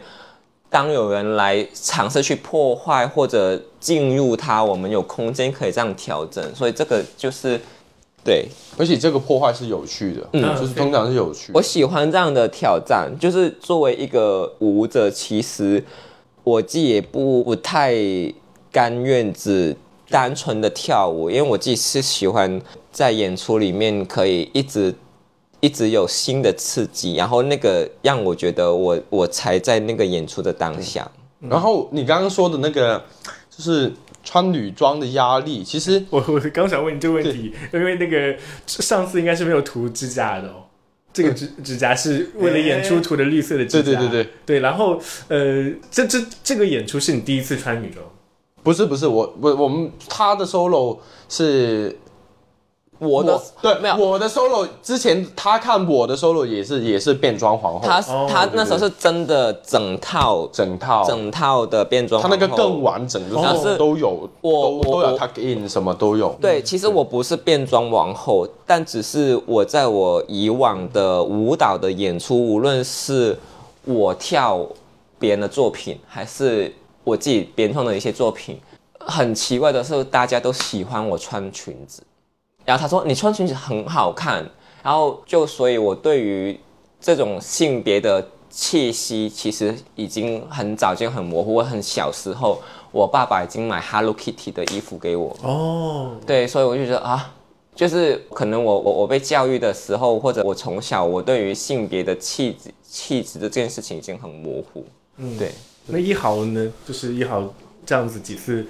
[SPEAKER 3] 当有人来尝试去破坏或者进入它，我们有空间可以这样调整。所以这个就是对
[SPEAKER 2] 而且这个破坏是有趣的，嗯，就是通常是有趣的
[SPEAKER 3] 我。喜欢这样的挑战，就是作为一个舞者，其实我自己也不不太甘愿只单纯的跳舞，因为我自己是喜欢在演出里面可以一直一直有新的刺激，然后那个让我觉得我我才在那个演出的当下。
[SPEAKER 2] 然后你刚刚说的那个，就是穿女装的压力，其实
[SPEAKER 1] 我我刚想问你这个问题，因为那个上次应该是没有涂指甲的哦。这个指指甲是为了演出涂的绿色的指甲，
[SPEAKER 2] 嗯哎对对对对，
[SPEAKER 1] 对。然后呃，这这这个演出是你第一次穿女装，
[SPEAKER 2] 不是不是我我我们他的 solo 是
[SPEAKER 3] 我的
[SPEAKER 2] 对
[SPEAKER 3] 没有
[SPEAKER 2] 我的 solo 之前他看我的 solo 也是也是变装皇后，
[SPEAKER 3] 他
[SPEAKER 1] 哦
[SPEAKER 3] 他
[SPEAKER 1] 对对
[SPEAKER 3] 那时候是真的整套
[SPEAKER 2] 整套
[SPEAKER 3] 整套的变装
[SPEAKER 2] 他哦
[SPEAKER 3] 皇
[SPEAKER 2] 那
[SPEAKER 3] 后，
[SPEAKER 2] 个更完整，就
[SPEAKER 3] 但
[SPEAKER 2] 是
[SPEAKER 3] 是
[SPEAKER 2] 都有
[SPEAKER 3] 我
[SPEAKER 2] 都都有
[SPEAKER 3] 我
[SPEAKER 2] tuck in 什么都有。
[SPEAKER 3] 对，其实我不是变装王后，但只是我在我以往的舞蹈的演出，无论是我跳别人的作品，还是我自己原创的一些作品，很奇怪的是，大家都喜欢我穿裙子，然后他说你穿裙子很好看，然后就所以我对于这种性别的气息，其实已经很早就很模糊。我很小时候，我爸爸已经买 Hello Kitty 的衣服给我，
[SPEAKER 1] 哦，
[SPEAKER 3] 对，所以我就觉得啊，就是可能我我我被教育的时候，或者我从小我对于性别的气质气质的这件事情已经很模糊，
[SPEAKER 1] 嗯
[SPEAKER 3] 对。
[SPEAKER 1] 那一豪呢？就是一豪这样子几次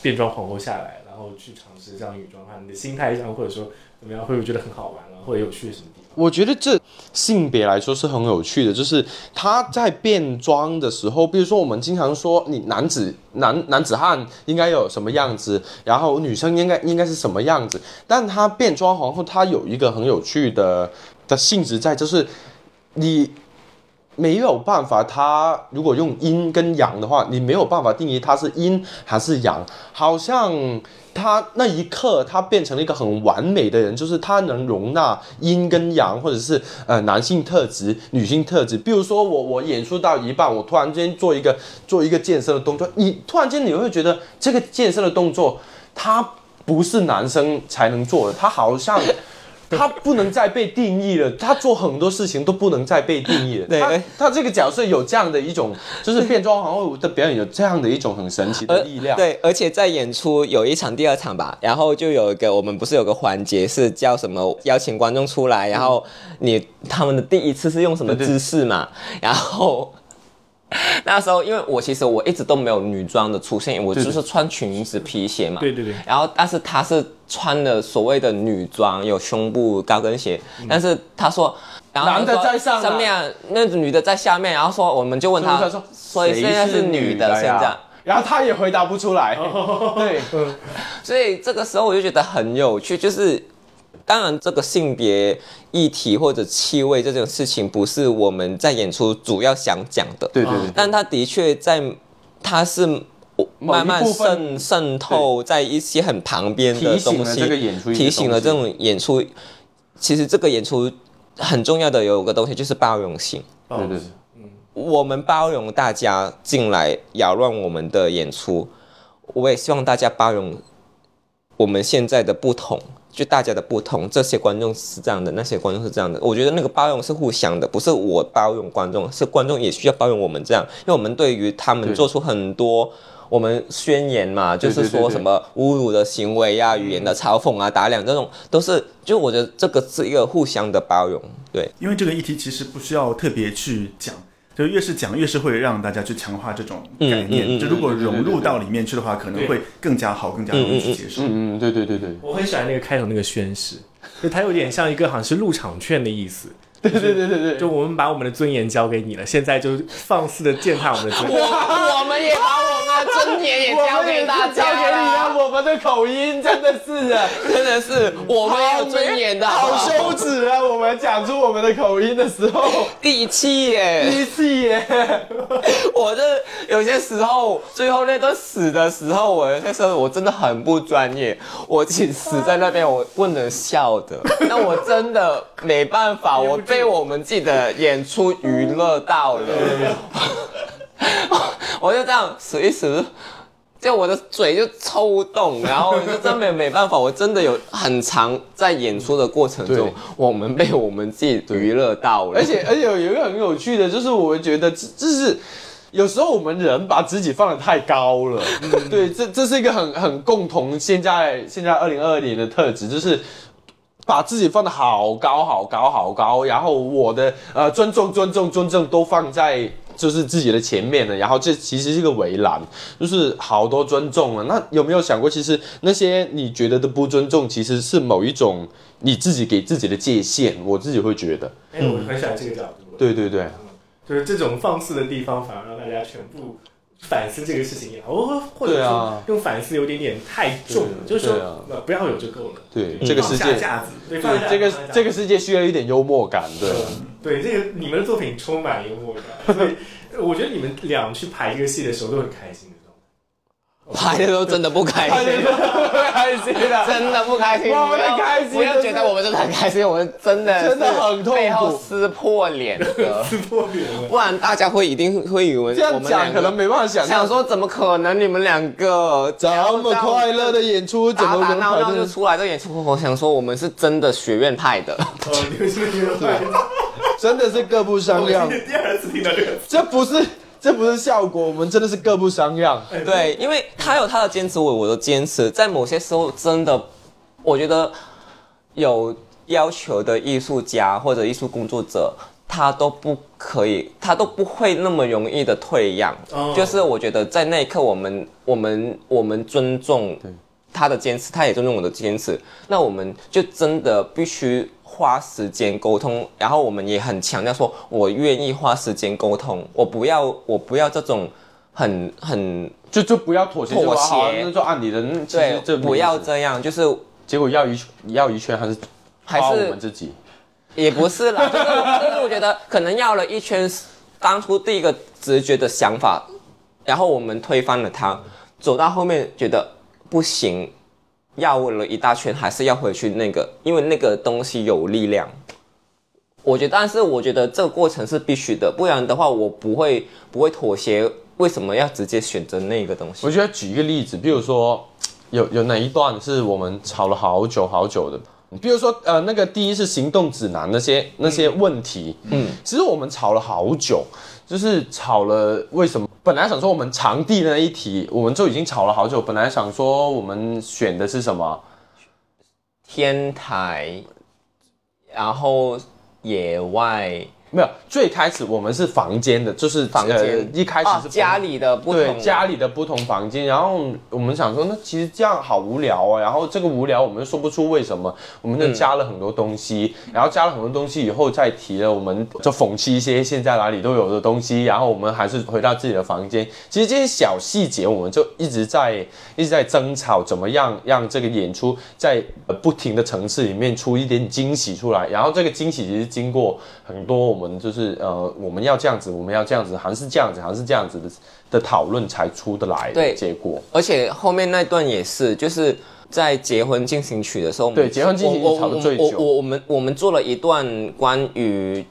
[SPEAKER 1] 变装皇后下来，然后去尝试这样女装化，你的心态上或者说怎么样，会不会觉得很好玩啊，或者有趣的什么地方？
[SPEAKER 2] 我觉得这性别来说是很有趣的，就是他在变装的时候，比如说我们经常说你男子男男子汉应该有什么样子，然后女生应该应该是什么样子，但他变装皇后，他有一个很有趣的的性质在，就是你没有办法，它如果用阴跟阳的话，你没有办法定义它是阴还是阳，好像他那一刻他变成了一个很完美的人，就是他能容纳阴跟阳，或者是呃男性特质、女性特质。比如说我我演出到一半，我突然间做一个呃做一个健身的动作，你突然间你会觉得这个健身的动作，它不是男生才能做的，它好像。他不能再被定义了，他做很多事情都不能再被定义了。
[SPEAKER 3] 对
[SPEAKER 2] 他他这个角色有这样的一种，就是变装皇后的表演有这样的一种很神奇的力量。
[SPEAKER 3] 呃对，而且在演出有一场、第二场吧，然后就有一个我们不是有个环节是叫什么邀请观众出来，然后你他们的第一次是用什么姿势嘛？然后 那时候因为我其实我一直都没有女装的出现，我就是穿裙子、皮鞋嘛。
[SPEAKER 1] 对对对，
[SPEAKER 3] 然后但是他是穿了所谓的女装，有胸部、高跟鞋，但是他说。然后
[SPEAKER 2] 嗯
[SPEAKER 3] 他
[SPEAKER 2] 男的
[SPEAKER 3] 说
[SPEAKER 2] 在上啊
[SPEAKER 3] 上面，那女的在下面，然后说，我们就问
[SPEAKER 2] 所以
[SPEAKER 3] 他
[SPEAKER 2] 他说，
[SPEAKER 3] 所以现在
[SPEAKER 2] 谁是
[SPEAKER 3] 是女的，现
[SPEAKER 2] 呀
[SPEAKER 3] 在，
[SPEAKER 2] 然后他也回答不出来。
[SPEAKER 3] 哦
[SPEAKER 2] 对，
[SPEAKER 3] 所以这个时候我就觉得很有趣，就是当然这个性别议题或者气味这种事情不是我们在演出主要想讲的，
[SPEAKER 2] 对对对
[SPEAKER 3] 但它的确在它是。慢慢
[SPEAKER 2] 某一部分
[SPEAKER 3] 渗渗透在一些很旁边的
[SPEAKER 2] 提醒
[SPEAKER 3] 东
[SPEAKER 2] 了
[SPEAKER 3] 西，
[SPEAKER 2] 这个演出一些
[SPEAKER 3] 提醒了这
[SPEAKER 2] 东
[SPEAKER 3] 种演出。其实这个演出很重要的有个东西就是包容性，
[SPEAKER 2] 对对对。
[SPEAKER 3] 我们包容大家进来扰乱我们的演出，我也希望大家包容我们现在的不同，就大家的不同，这些观众是这样的，那些观众是这样的。我觉得那个包容是互相的，不是我包容观众，是观众也需要包容我们这样，因为我们对于他们
[SPEAKER 2] 对
[SPEAKER 3] 做出很多。我们宣言嘛，就
[SPEAKER 2] 对
[SPEAKER 3] 是
[SPEAKER 2] 对
[SPEAKER 3] 说
[SPEAKER 2] 对
[SPEAKER 3] 什么侮辱的行为呀、语言的嘲讽啊、打脸这种，都是就我觉得这个是一个互相的包容，对，
[SPEAKER 4] 因为这个议题其实不需要特别去讲，就越是讲越是会让大家去强化这种概念。
[SPEAKER 3] 嗯嗯嗯嗯
[SPEAKER 4] 就如果
[SPEAKER 2] 对对对
[SPEAKER 4] 融入
[SPEAKER 2] 对对
[SPEAKER 4] 到里面去的话，可能会更加好，更加容易去接受。
[SPEAKER 2] 嗯嗯，对对对对，
[SPEAKER 1] 我很喜欢那个开头那个宣誓，就它有点像一个好像是入场券的意 思。
[SPEAKER 2] 对对对对对，
[SPEAKER 1] 就我们把我们的尊严交给你了，现在就放肆的践踏我们的尊严。
[SPEAKER 3] 我们也把我们的尊严也交给大
[SPEAKER 2] 交给你
[SPEAKER 3] 家
[SPEAKER 2] 了，
[SPEAKER 3] 了。
[SPEAKER 2] 我们的口音真的是的，
[SPEAKER 3] 真的是，我们也有尊严的，好不
[SPEAKER 2] 好
[SPEAKER 3] 好
[SPEAKER 2] 羞耻啊！我们讲出我们的口音的时 候，
[SPEAKER 3] 第七耶！
[SPEAKER 2] 第一次耶，
[SPEAKER 3] 我这有些时候，最后那段死的时候，我那时候我真的很不专业，我仅死在那边，我不能笑 的。那我真的没办法，我被我们自己的演出娱乐到 了，我就这样死一死。就我的嘴就抽动，然后就真没没办法，我真的有很长在演出的过程中
[SPEAKER 2] 对，
[SPEAKER 3] 我们被我们自己娱乐到了，
[SPEAKER 2] 而且而且有一个很有趣的，就是我觉得这这是。有时候我们人把自己放得太高了， 对，这这是一个很很共同现在现在二零二二年的特质，就是把自己放得好高好高好高，然后我的呃尊重尊重尊重都放在就是自己的前面了，然后这其实是一个围栏，就是好多尊重了。那有没有想过，其实那些你觉得的不尊重，其实是某一种你自己给自己的界限？我自己会觉得，
[SPEAKER 1] 哎，我很喜欢这个角度。
[SPEAKER 2] 对对对。
[SPEAKER 1] 就是这种放肆的地方，反而让大家全部反思这个事情也好，或或者
[SPEAKER 2] 对
[SPEAKER 1] 说
[SPEAKER 2] 啊
[SPEAKER 1] 用反思有点点太重了，就
[SPEAKER 2] 对
[SPEAKER 1] 是说、
[SPEAKER 2] 对啊
[SPEAKER 1] 呃不要有就够了。
[SPEAKER 2] 对
[SPEAKER 1] 嗯
[SPEAKER 2] 这个世
[SPEAKER 4] 放下
[SPEAKER 2] 界
[SPEAKER 4] 架子，
[SPEAKER 1] 对，放下
[SPEAKER 2] 对，这个
[SPEAKER 1] 放下
[SPEAKER 2] 这个世界需要一点幽默感，对，
[SPEAKER 3] 嗯
[SPEAKER 1] 对这个你们的作品充满幽默感，所以我觉得你们俩去排这个戏的时候都很开心的状态。
[SPEAKER 3] 拍的时候真的不开心，
[SPEAKER 2] 开心的，
[SPEAKER 3] 真的不开心。
[SPEAKER 2] 哇我
[SPEAKER 3] 不要
[SPEAKER 2] 们开心
[SPEAKER 3] 不要
[SPEAKER 2] 就是
[SPEAKER 3] 觉得我们真的很开心，我们真的
[SPEAKER 2] 真的
[SPEAKER 3] 是
[SPEAKER 2] 很痛苦
[SPEAKER 3] 背后撕破脸的，
[SPEAKER 4] 撕破脸了。
[SPEAKER 3] 不然大家会一定会以为
[SPEAKER 2] 这
[SPEAKER 3] 我
[SPEAKER 2] 样
[SPEAKER 3] 们两
[SPEAKER 2] 讲
[SPEAKER 3] 个
[SPEAKER 2] 可能没办法想象
[SPEAKER 3] 想。说怎么可能你们两个
[SPEAKER 2] 这么快乐的演出，怎
[SPEAKER 3] 打
[SPEAKER 2] 么
[SPEAKER 3] 打
[SPEAKER 2] 能
[SPEAKER 3] 闹
[SPEAKER 2] 排
[SPEAKER 3] 闹就
[SPEAKER 2] 队？
[SPEAKER 3] 出来这演出？我想说我们是真的学院派的，
[SPEAKER 4] 哦， 你们是不是有点坏
[SPEAKER 2] 真的是各不相
[SPEAKER 4] 我今
[SPEAKER 2] 让，
[SPEAKER 4] 天第二次听到这个词，
[SPEAKER 2] 这不是这不是效果，我们真的是各不相让。
[SPEAKER 3] 对，因为他有他的坚持，我有我的坚持，在某些时候真的，我觉得有要求的艺术家或者艺术工作者，他都不可以，他都不会那么容易的退让。
[SPEAKER 4] 哦
[SPEAKER 3] 就是我觉得在那一刻我，们我们我们尊重他的坚持，他也尊重我的坚持，那我们就真的必须。花时间沟通，然后我们也很强调说，我愿意花时间沟通，我不要，我不要这种很很
[SPEAKER 2] 就就不要妥协，
[SPEAKER 3] 妥协
[SPEAKER 2] 就好好那就按你的，嗯其实这
[SPEAKER 3] 对，不要
[SPEAKER 2] 没意思
[SPEAKER 3] 这样，就是
[SPEAKER 2] 结果绕一绕一圈，还是
[SPEAKER 3] 还
[SPEAKER 2] 夸
[SPEAKER 3] 是
[SPEAKER 2] 我们自己。
[SPEAKER 3] 也不是啦，就是 就是我觉得可能绕了一圈，当初第一个直觉的想法，然后我们推翻了它，走到后面觉得不行，绕了一大圈还是要回去那个，因为那个东西有力量。我觉得，但是我觉得这个过程是必须的，不然的话我不会不会妥协。为什么要直接选择那个东西
[SPEAKER 2] 我？觉得举一个例子，比如说有有哪一段是我们吵了好久好久的。比如说，呃，那个第一是行动指南那些那些问题，嗯，其实我们吵了好久，就是吵了为什么？本来想说我们场地那一题，我们就已经吵了好久。本来想说我们选的是什么，
[SPEAKER 3] 天台，然后野外，
[SPEAKER 2] 没有，最开始我们是房间的，就是
[SPEAKER 3] 房间、
[SPEAKER 2] 呃一开始
[SPEAKER 3] 啊
[SPEAKER 2] 是
[SPEAKER 3] 家
[SPEAKER 2] 里。
[SPEAKER 3] 里的不
[SPEAKER 2] 对
[SPEAKER 3] 同
[SPEAKER 2] 家里的不同房间，然后我们想说，那其实这样好无聊啊。然后这个无聊，我们又说不出为什么，我们就加了很多东西，然后加了很多东西以后再提了，我们就讽刺一些现在哪里都有的东西。啊然后我们还是回到自己的房间。其实这些小细节，我们就一直在一直在争吵，怎么样让这个演出在呃不停的层次里面出一点惊喜出来。然后这个惊喜其实经过很多我们就是呃我们要这样子，我们要这样子，还是这样子，还是这样子的。的讨论才出得来的
[SPEAKER 3] 对
[SPEAKER 2] 结果。
[SPEAKER 3] 而且后面那段也是，就是在结婚进行曲的时候，我们
[SPEAKER 2] 对结婚进行曲
[SPEAKER 3] 我我
[SPEAKER 2] 吵得最久
[SPEAKER 3] 我我我们我们做了一段关于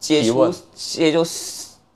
[SPEAKER 3] 接
[SPEAKER 2] 提
[SPEAKER 3] 触
[SPEAKER 2] 问
[SPEAKER 3] 接触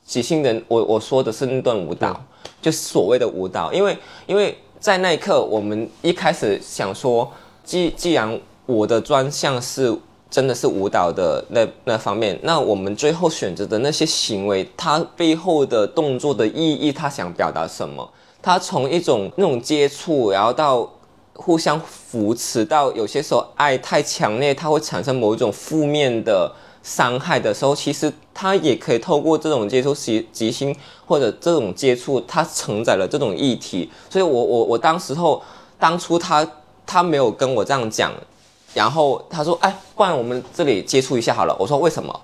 [SPEAKER 3] 即兴人，我我说的是那段舞蹈，就是所谓的舞蹈，因为因为在那一刻，我们一开始想说，既既然我的专项是真的是舞蹈的那那方面，那我们最后选择的那些行为，它背后的动作的意义，它想表达什么？它从一种那种接触，然后到互相扶持，到有些时候爱太强烈，它会产生某一种负面的伤害的时候，其实它也可以透过这种接触即即兴或者这种接触，它承载了这种议题。所以我我我当时候当初他他没有跟我这样讲，然后他说：“哎，不然我们这里接触一下好了。”我说：“为什么？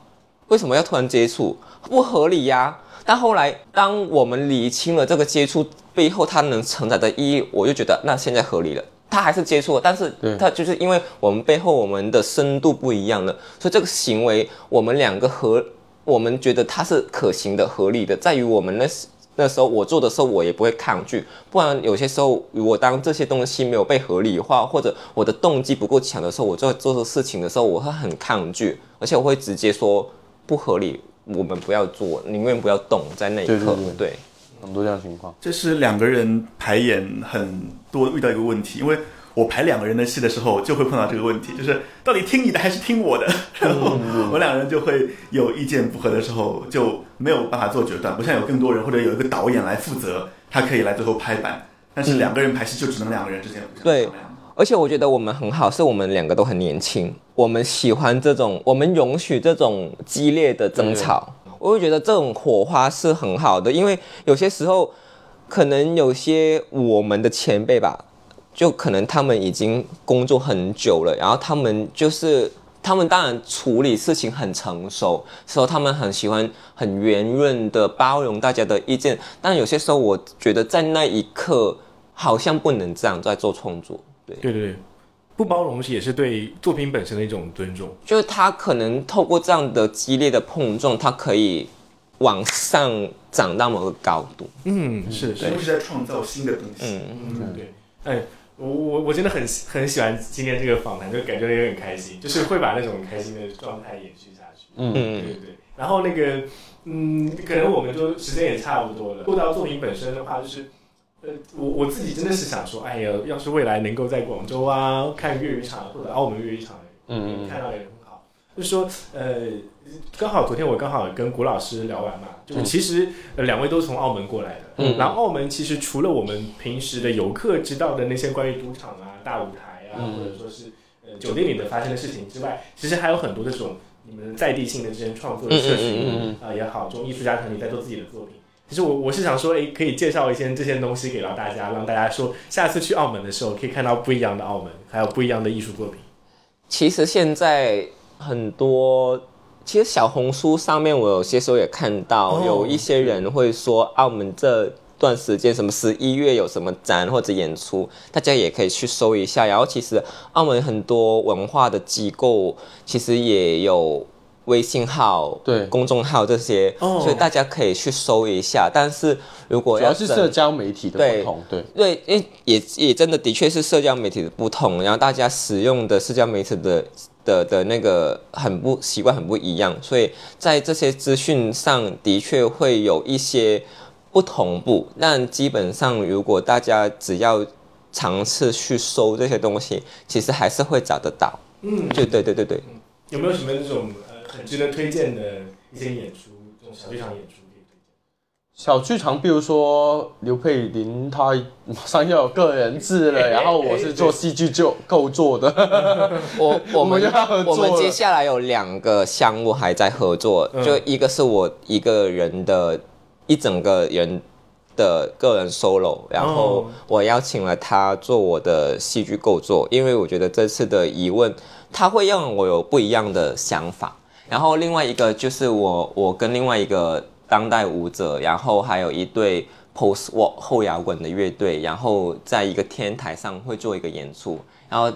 [SPEAKER 3] 为什么要突然接触？不合理呀、但后来，当我们理清了这个接触背后它能承载的意义，我就觉得那现在合理了。它还是接触了，但是
[SPEAKER 2] 对
[SPEAKER 3] 它就是因为我们背后我们的深度不一样了，所以这个行为我们两个合，我们觉得它是可行的、合理的，在于我们那时那时候我做的时候我也不会抗拒，不然有些时候我当这些东西没有被合理化，或者我的动机不够强的时候，我做做的事情的时候，我会很抗拒，而且我会直接说不合理，我们不要做，宁愿不要动，在那一
[SPEAKER 2] 对对
[SPEAKER 3] 刻，
[SPEAKER 2] 对很多这样的情况。
[SPEAKER 4] 这是两个人排演很多遇到一个问题，因为我排两个人的戏的时候就会碰到这个问题，就是到底听你的还是听我的，然后我两个人就会有意见不合的时候就没有办法做决断，不像有更多人或者有一个导演来负责，他可以来最后拍板，但是两个人排戏就只能两个人之间互相
[SPEAKER 3] 对
[SPEAKER 4] 商量。
[SPEAKER 3] 而且我觉得我们很好，是我们两个都很年轻，我们喜欢这种，我们容许这种激烈的争吵。我会觉得这种火花是很好的，因为有些时候，可能有些我们的前辈吧，就可能他们已经工作很久了，然后他们就是他们当然处理事情很成熟，时候他们很喜欢很圆润的包容大家的意见，但有些时候我觉得在那一刻好像不能这样在做创作，对。
[SPEAKER 5] 对对对，不包容也是对作品本身的一种尊重。
[SPEAKER 3] 就是他可能透过这样的激烈的碰撞，他可以往上涨到某个高度。
[SPEAKER 1] 嗯，是
[SPEAKER 4] 是不是在创造新的东西？
[SPEAKER 1] 哎，我我我真的很很喜欢今天这个访谈，就感觉有点开心，就是会把那种开心的状态延续下去。对
[SPEAKER 3] 嗯
[SPEAKER 1] 对对。然后那个，嗯，可能我们就时间也差不多了。说到作品本身的话，就是，呃，我我自己真的是想说，哎呀，要是未来能够在广州啊看粤语场或者澳门粤语场，
[SPEAKER 2] 嗯嗯
[SPEAKER 1] 看到也很好。就是说，呃，刚好昨天我刚好跟谷老师聊完嘛，就是其实、呃两位都从澳门过来的，
[SPEAKER 2] 嗯
[SPEAKER 1] 然后澳门其实除了我们平时的游客知道的那些关于赌场啊、大舞台啊，
[SPEAKER 2] 嗯
[SPEAKER 1] 或者说是呃酒店里的发生的事情之外，其实还有很多这种你们在地性的这些创作的社群
[SPEAKER 3] 嗯嗯嗯
[SPEAKER 2] 嗯
[SPEAKER 1] 啊、也好，这种艺术家团体在做自己的作品。其实我我是想说，诶，可以介绍一些这些东西给到大家，让大家说下次去澳门的时候可以看到不一样的澳门，还有不一样的艺术作品。
[SPEAKER 3] 其实现在很多，其实小红书上面我有些时候也看到，
[SPEAKER 1] 哦
[SPEAKER 3] 有一些人会说澳门这段时间什么十一月有什么展或者演出，大家也可以去搜一下。然后其实澳门很多文化的机构其实也有。微信号、
[SPEAKER 2] 对
[SPEAKER 3] 公众号这些
[SPEAKER 1] 哦
[SPEAKER 3] 所以大家可以去搜一下。但是如果
[SPEAKER 2] 主要
[SPEAKER 3] 要
[SPEAKER 2] 是
[SPEAKER 3] 整
[SPEAKER 2] 社交媒体的
[SPEAKER 3] 对
[SPEAKER 2] 不同，对，
[SPEAKER 3] 对，因为也也真的的确是社交媒体的不同，然后大家使用的社交媒体的的的那个很不习惯很不一样，所以在这些资讯上的确会有一些不同步。但基本上，如果大家只要尝试去搜这些东西，其实还是会找得到。
[SPEAKER 1] 嗯，
[SPEAKER 3] 就对对对对。
[SPEAKER 1] 有没有什么这种呃很值得推荐的一些演出，这种小剧场演出可以推荐？
[SPEAKER 2] 小剧场，比如说刘佩玲，她马上要有个人制了，然后我是做戏剧就构作的，
[SPEAKER 3] 我我们
[SPEAKER 2] 我们要合作了
[SPEAKER 3] 我们接下来有两个项目还在合作，
[SPEAKER 1] 嗯
[SPEAKER 3] 就一个是我一个人的一整个人的个人 solo，然
[SPEAKER 2] 哦
[SPEAKER 3] 后我邀请了他做我的戏剧构作，因为我觉得这次的疑问，他会让我有不一样的想法。然后另外一个就是我我跟另外一个当代舞者，然后还有一对 post rock 后摇滚的乐队，然后在一个天台上会做一个演出，然后。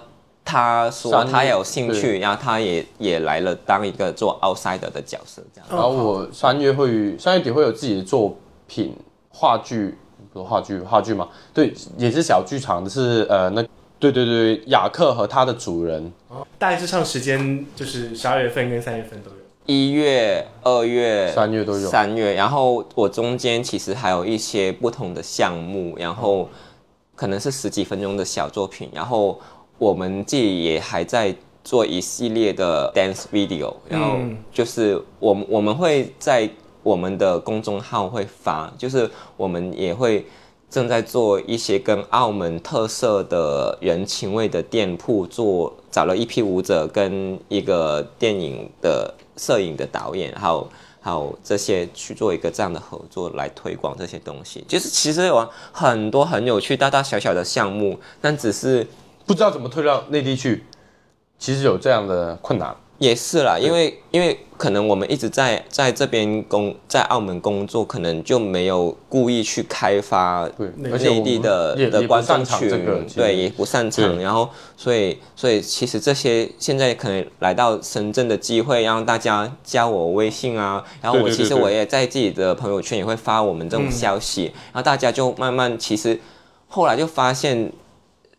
[SPEAKER 3] 他说
[SPEAKER 2] 商业
[SPEAKER 3] 他有兴
[SPEAKER 2] 对
[SPEAKER 3] 趣，然后他也也来了当一个做 outsider 的角色，这样。
[SPEAKER 2] 然后我三月会三月底会有自己的作品，话剧不是话剧话剧嘛，对，也是小剧场的是呃那对对对雅克和他的主人，
[SPEAKER 1] 大致上时间就是十二月份跟三月份都有。
[SPEAKER 3] 一月、二月、
[SPEAKER 2] 三月都有
[SPEAKER 3] 三月，然后我中间其实还有一些不同的项目，然后可能是十几分钟的小作品，然后我们自己也还在做一系列的 dance video，然后
[SPEAKER 1] 嗯
[SPEAKER 3] 就是我们我们会在我们的公众号会发，就是我们也会。正在做一些跟澳门特色的人情味的店铺，做找了一批舞者跟一个电影的摄影的导演，还有还有这些去做一个这样的合作来推广这些东西。就是其实有很多很有趣、大大小小的项目，但只是
[SPEAKER 2] 不知道怎么推到内地去，其实有这样的困难。
[SPEAKER 3] 也是啦，因为因为可能我们一直在在这边工在澳门工作，可能就没有故意去开发
[SPEAKER 2] 对，
[SPEAKER 1] 内
[SPEAKER 2] 而且我
[SPEAKER 3] 内
[SPEAKER 2] 们
[SPEAKER 3] 地的
[SPEAKER 2] 也也
[SPEAKER 3] 的
[SPEAKER 2] 不
[SPEAKER 3] 观
[SPEAKER 2] 擅
[SPEAKER 3] 众
[SPEAKER 2] 长
[SPEAKER 3] 群，
[SPEAKER 2] 这个，其实嗯
[SPEAKER 3] 对，也不擅长。
[SPEAKER 2] 对
[SPEAKER 3] 然后，所以，所以其实这些现在可能来到深圳的机会，让大家加我微信啊。然后
[SPEAKER 2] 对
[SPEAKER 3] 我
[SPEAKER 2] 对
[SPEAKER 3] 其实
[SPEAKER 2] 对对嗯
[SPEAKER 3] 我也在自己的朋友圈也会发我们这种消息，然后大家就慢慢其实后来就发现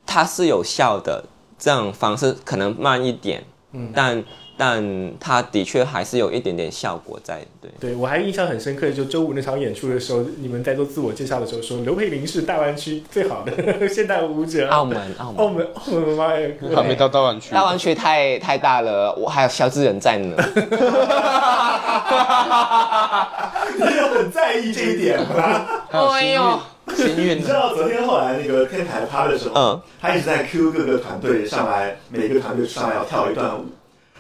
[SPEAKER 3] 它是有效的，这样方式可能慢一点，嗯，但但它的确还是有一点点效果在，对。
[SPEAKER 1] 对我还印象很深刻，就周五那场演出的时候，你们在做自我介绍的时候说，刘佩玲是大湾区最好的现代舞者。哦
[SPEAKER 3] 澳门，澳门
[SPEAKER 1] 澳。门，澳门，妈呀！
[SPEAKER 2] 还没到大湾区，
[SPEAKER 3] 大湾区太太大了，我还有肖智仁在呢。
[SPEAKER 4] 你有很在意这一点吗？
[SPEAKER 2] 还有新运，新运
[SPEAKER 4] 你知道昨天后来那个天台趴的时候，
[SPEAKER 3] 嗯
[SPEAKER 4] 他一直在 Q 各个团队上来，每个团队上来要跳一段舞，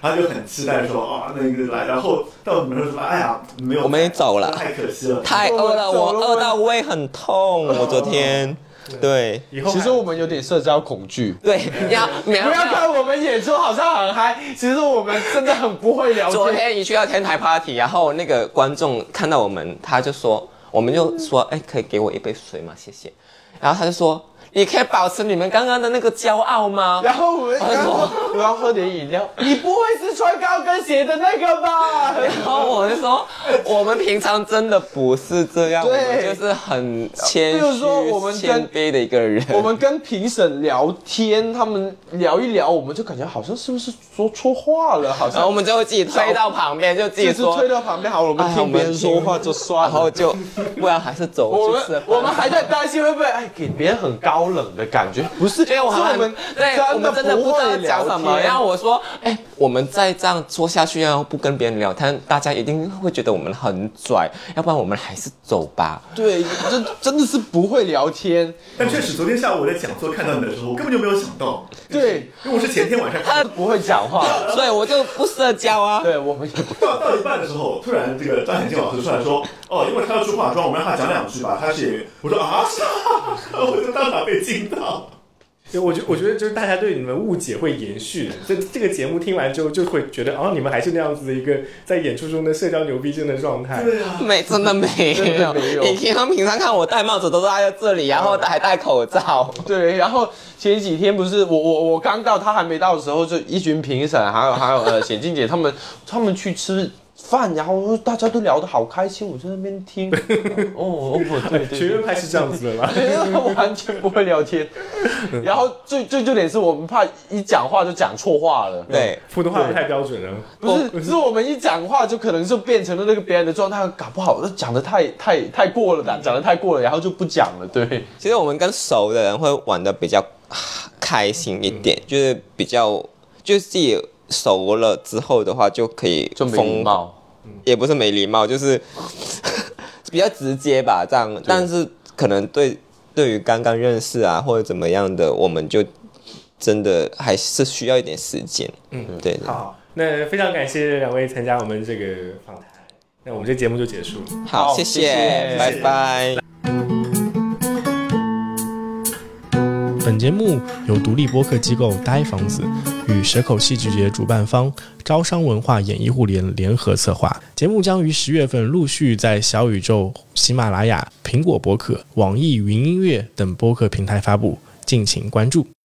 [SPEAKER 4] 他就很期待说啊、那个来，然后到你们说什么？哎呀，没有，
[SPEAKER 3] 我们也走了
[SPEAKER 4] 太可惜了。
[SPEAKER 3] 太饿了，
[SPEAKER 2] 我
[SPEAKER 3] 我
[SPEAKER 2] 走了
[SPEAKER 3] 饿到胃很痛。我昨
[SPEAKER 2] 嗯
[SPEAKER 3] 天，对
[SPEAKER 1] 以后
[SPEAKER 2] 其
[SPEAKER 1] 还
[SPEAKER 2] 实我们有点社交恐惧。
[SPEAKER 3] 对，你要不
[SPEAKER 2] 不要看我们演出好像很嗨，其实我们真的很不会聊
[SPEAKER 3] 昨
[SPEAKER 2] 天。
[SPEAKER 3] 天一去到天台 party，然后那个观众看到我们，他就说，我们就说，哎，可以给我一杯水吗？谢谢。然后他就说，你可以保持你们刚刚的那个骄傲吗？
[SPEAKER 2] 然 后我们刚
[SPEAKER 3] 哎呦
[SPEAKER 2] 说我要喝点饮料，你不会是穿高跟鞋的那个吧？
[SPEAKER 3] 然后我我就说，我们平常真的不是这样，我们
[SPEAKER 2] 对
[SPEAKER 3] 就是很
[SPEAKER 2] 比
[SPEAKER 3] 谦
[SPEAKER 2] 如说我们
[SPEAKER 3] 虚、
[SPEAKER 2] 跟
[SPEAKER 3] 谦卑的一个人。
[SPEAKER 2] 我们跟评审聊天，他们聊一聊，我们就感觉好像是不是说错话了，好
[SPEAKER 3] 啊然后我
[SPEAKER 2] 像
[SPEAKER 3] 们就会自己推到旁边，就自己
[SPEAKER 2] 就是
[SPEAKER 3] 说，
[SPEAKER 2] 推到旁边，好了，我们
[SPEAKER 3] 哎我
[SPEAKER 2] 听
[SPEAKER 3] 们
[SPEAKER 2] 别人说话就算
[SPEAKER 3] 然后
[SPEAKER 2] 了。
[SPEAKER 3] 就，不然还是走
[SPEAKER 2] 我
[SPEAKER 3] 去吃
[SPEAKER 2] 们
[SPEAKER 3] 饭。
[SPEAKER 2] 我们还在担心会不会哎给别人很高冷的感 觉，不是，
[SPEAKER 3] 因为我
[SPEAKER 2] 是我们
[SPEAKER 3] 对，我们真的
[SPEAKER 2] 不
[SPEAKER 3] 不知
[SPEAKER 2] 会
[SPEAKER 3] 道讲什么。
[SPEAKER 2] 聊天
[SPEAKER 3] 然后我说，哎，我们再这样做下去，然后不跟别人聊天，大家一定会觉得我们很拽，要不然我们还是走吧。
[SPEAKER 2] 对，真真的是不会聊天，
[SPEAKER 4] 但确实，昨天下午我在讲座看到你的时候，我根本就没有想到，
[SPEAKER 2] 对，
[SPEAKER 4] 因为我是前天晚上看
[SPEAKER 2] 他不会讲话。
[SPEAKER 3] 所以我就不社交啊。
[SPEAKER 2] 对我们也不
[SPEAKER 4] 到到一半的时候，突然这个张显静老师出来说：“哦，因为他要出化妆，我们让他讲两句吧。”他是演员。我说啊，我就当场被惊到。
[SPEAKER 1] 就我觉我觉得就是大家对你们误解会延续的，这这个节目听完之后就会觉得，哦，你们还是那样子的一个在演出中的社交牛逼症的状态。
[SPEAKER 4] 对啊，
[SPEAKER 3] 没，真的没
[SPEAKER 2] 真的
[SPEAKER 3] 有。
[SPEAKER 2] 没有
[SPEAKER 3] 你平常平常看我戴帽子都戴在这里，然后还戴口罩。
[SPEAKER 2] 对，然后前几天不是我我我刚到，他还没到的时候，就一群评审，还有还有呃显静姐他们他们去吃饭，然后大家都聊得好开心，我在那边 听，哦哦对对
[SPEAKER 1] 学
[SPEAKER 2] 对
[SPEAKER 1] 院派是这样子的吗？
[SPEAKER 2] 对，完全不会聊天，然后最最重点是我们怕一讲话就讲错话了，
[SPEAKER 3] 对，
[SPEAKER 1] 普通话不太标准啊了。
[SPEAKER 2] 哦不是，是我们一讲话就可能就变成了那个别人的状态，搞不好讲的太太太过了，讲的太过了，然后就不讲了，对。
[SPEAKER 3] 其实我们跟熟的人会玩的比较啊开心一点，就是比较就是自己熟了之后的话，就可以
[SPEAKER 2] 就没礼
[SPEAKER 3] 疯
[SPEAKER 2] 貌，
[SPEAKER 3] 也不是没礼貌，就是 比较直接吧，这样。但是可能对对于刚刚认识啊或者怎么样的，我们就真的还是需要一点时间。嗯，对。
[SPEAKER 1] 好好，那非常感谢两位参加我们这个访谈，那我们这节目就结束了。
[SPEAKER 3] 好，
[SPEAKER 2] 好
[SPEAKER 3] 谢
[SPEAKER 2] 谢
[SPEAKER 3] 谢
[SPEAKER 2] 谢，
[SPEAKER 3] 拜拜。
[SPEAKER 6] 本节目由独立播客机构呆房子与蛇口戏剧节主办方招商文化演艺互联联合策划，节目将于十月份陆续在小宇宙、喜马拉雅、苹果播客、网易云音乐等播客平台发布，敬请关注。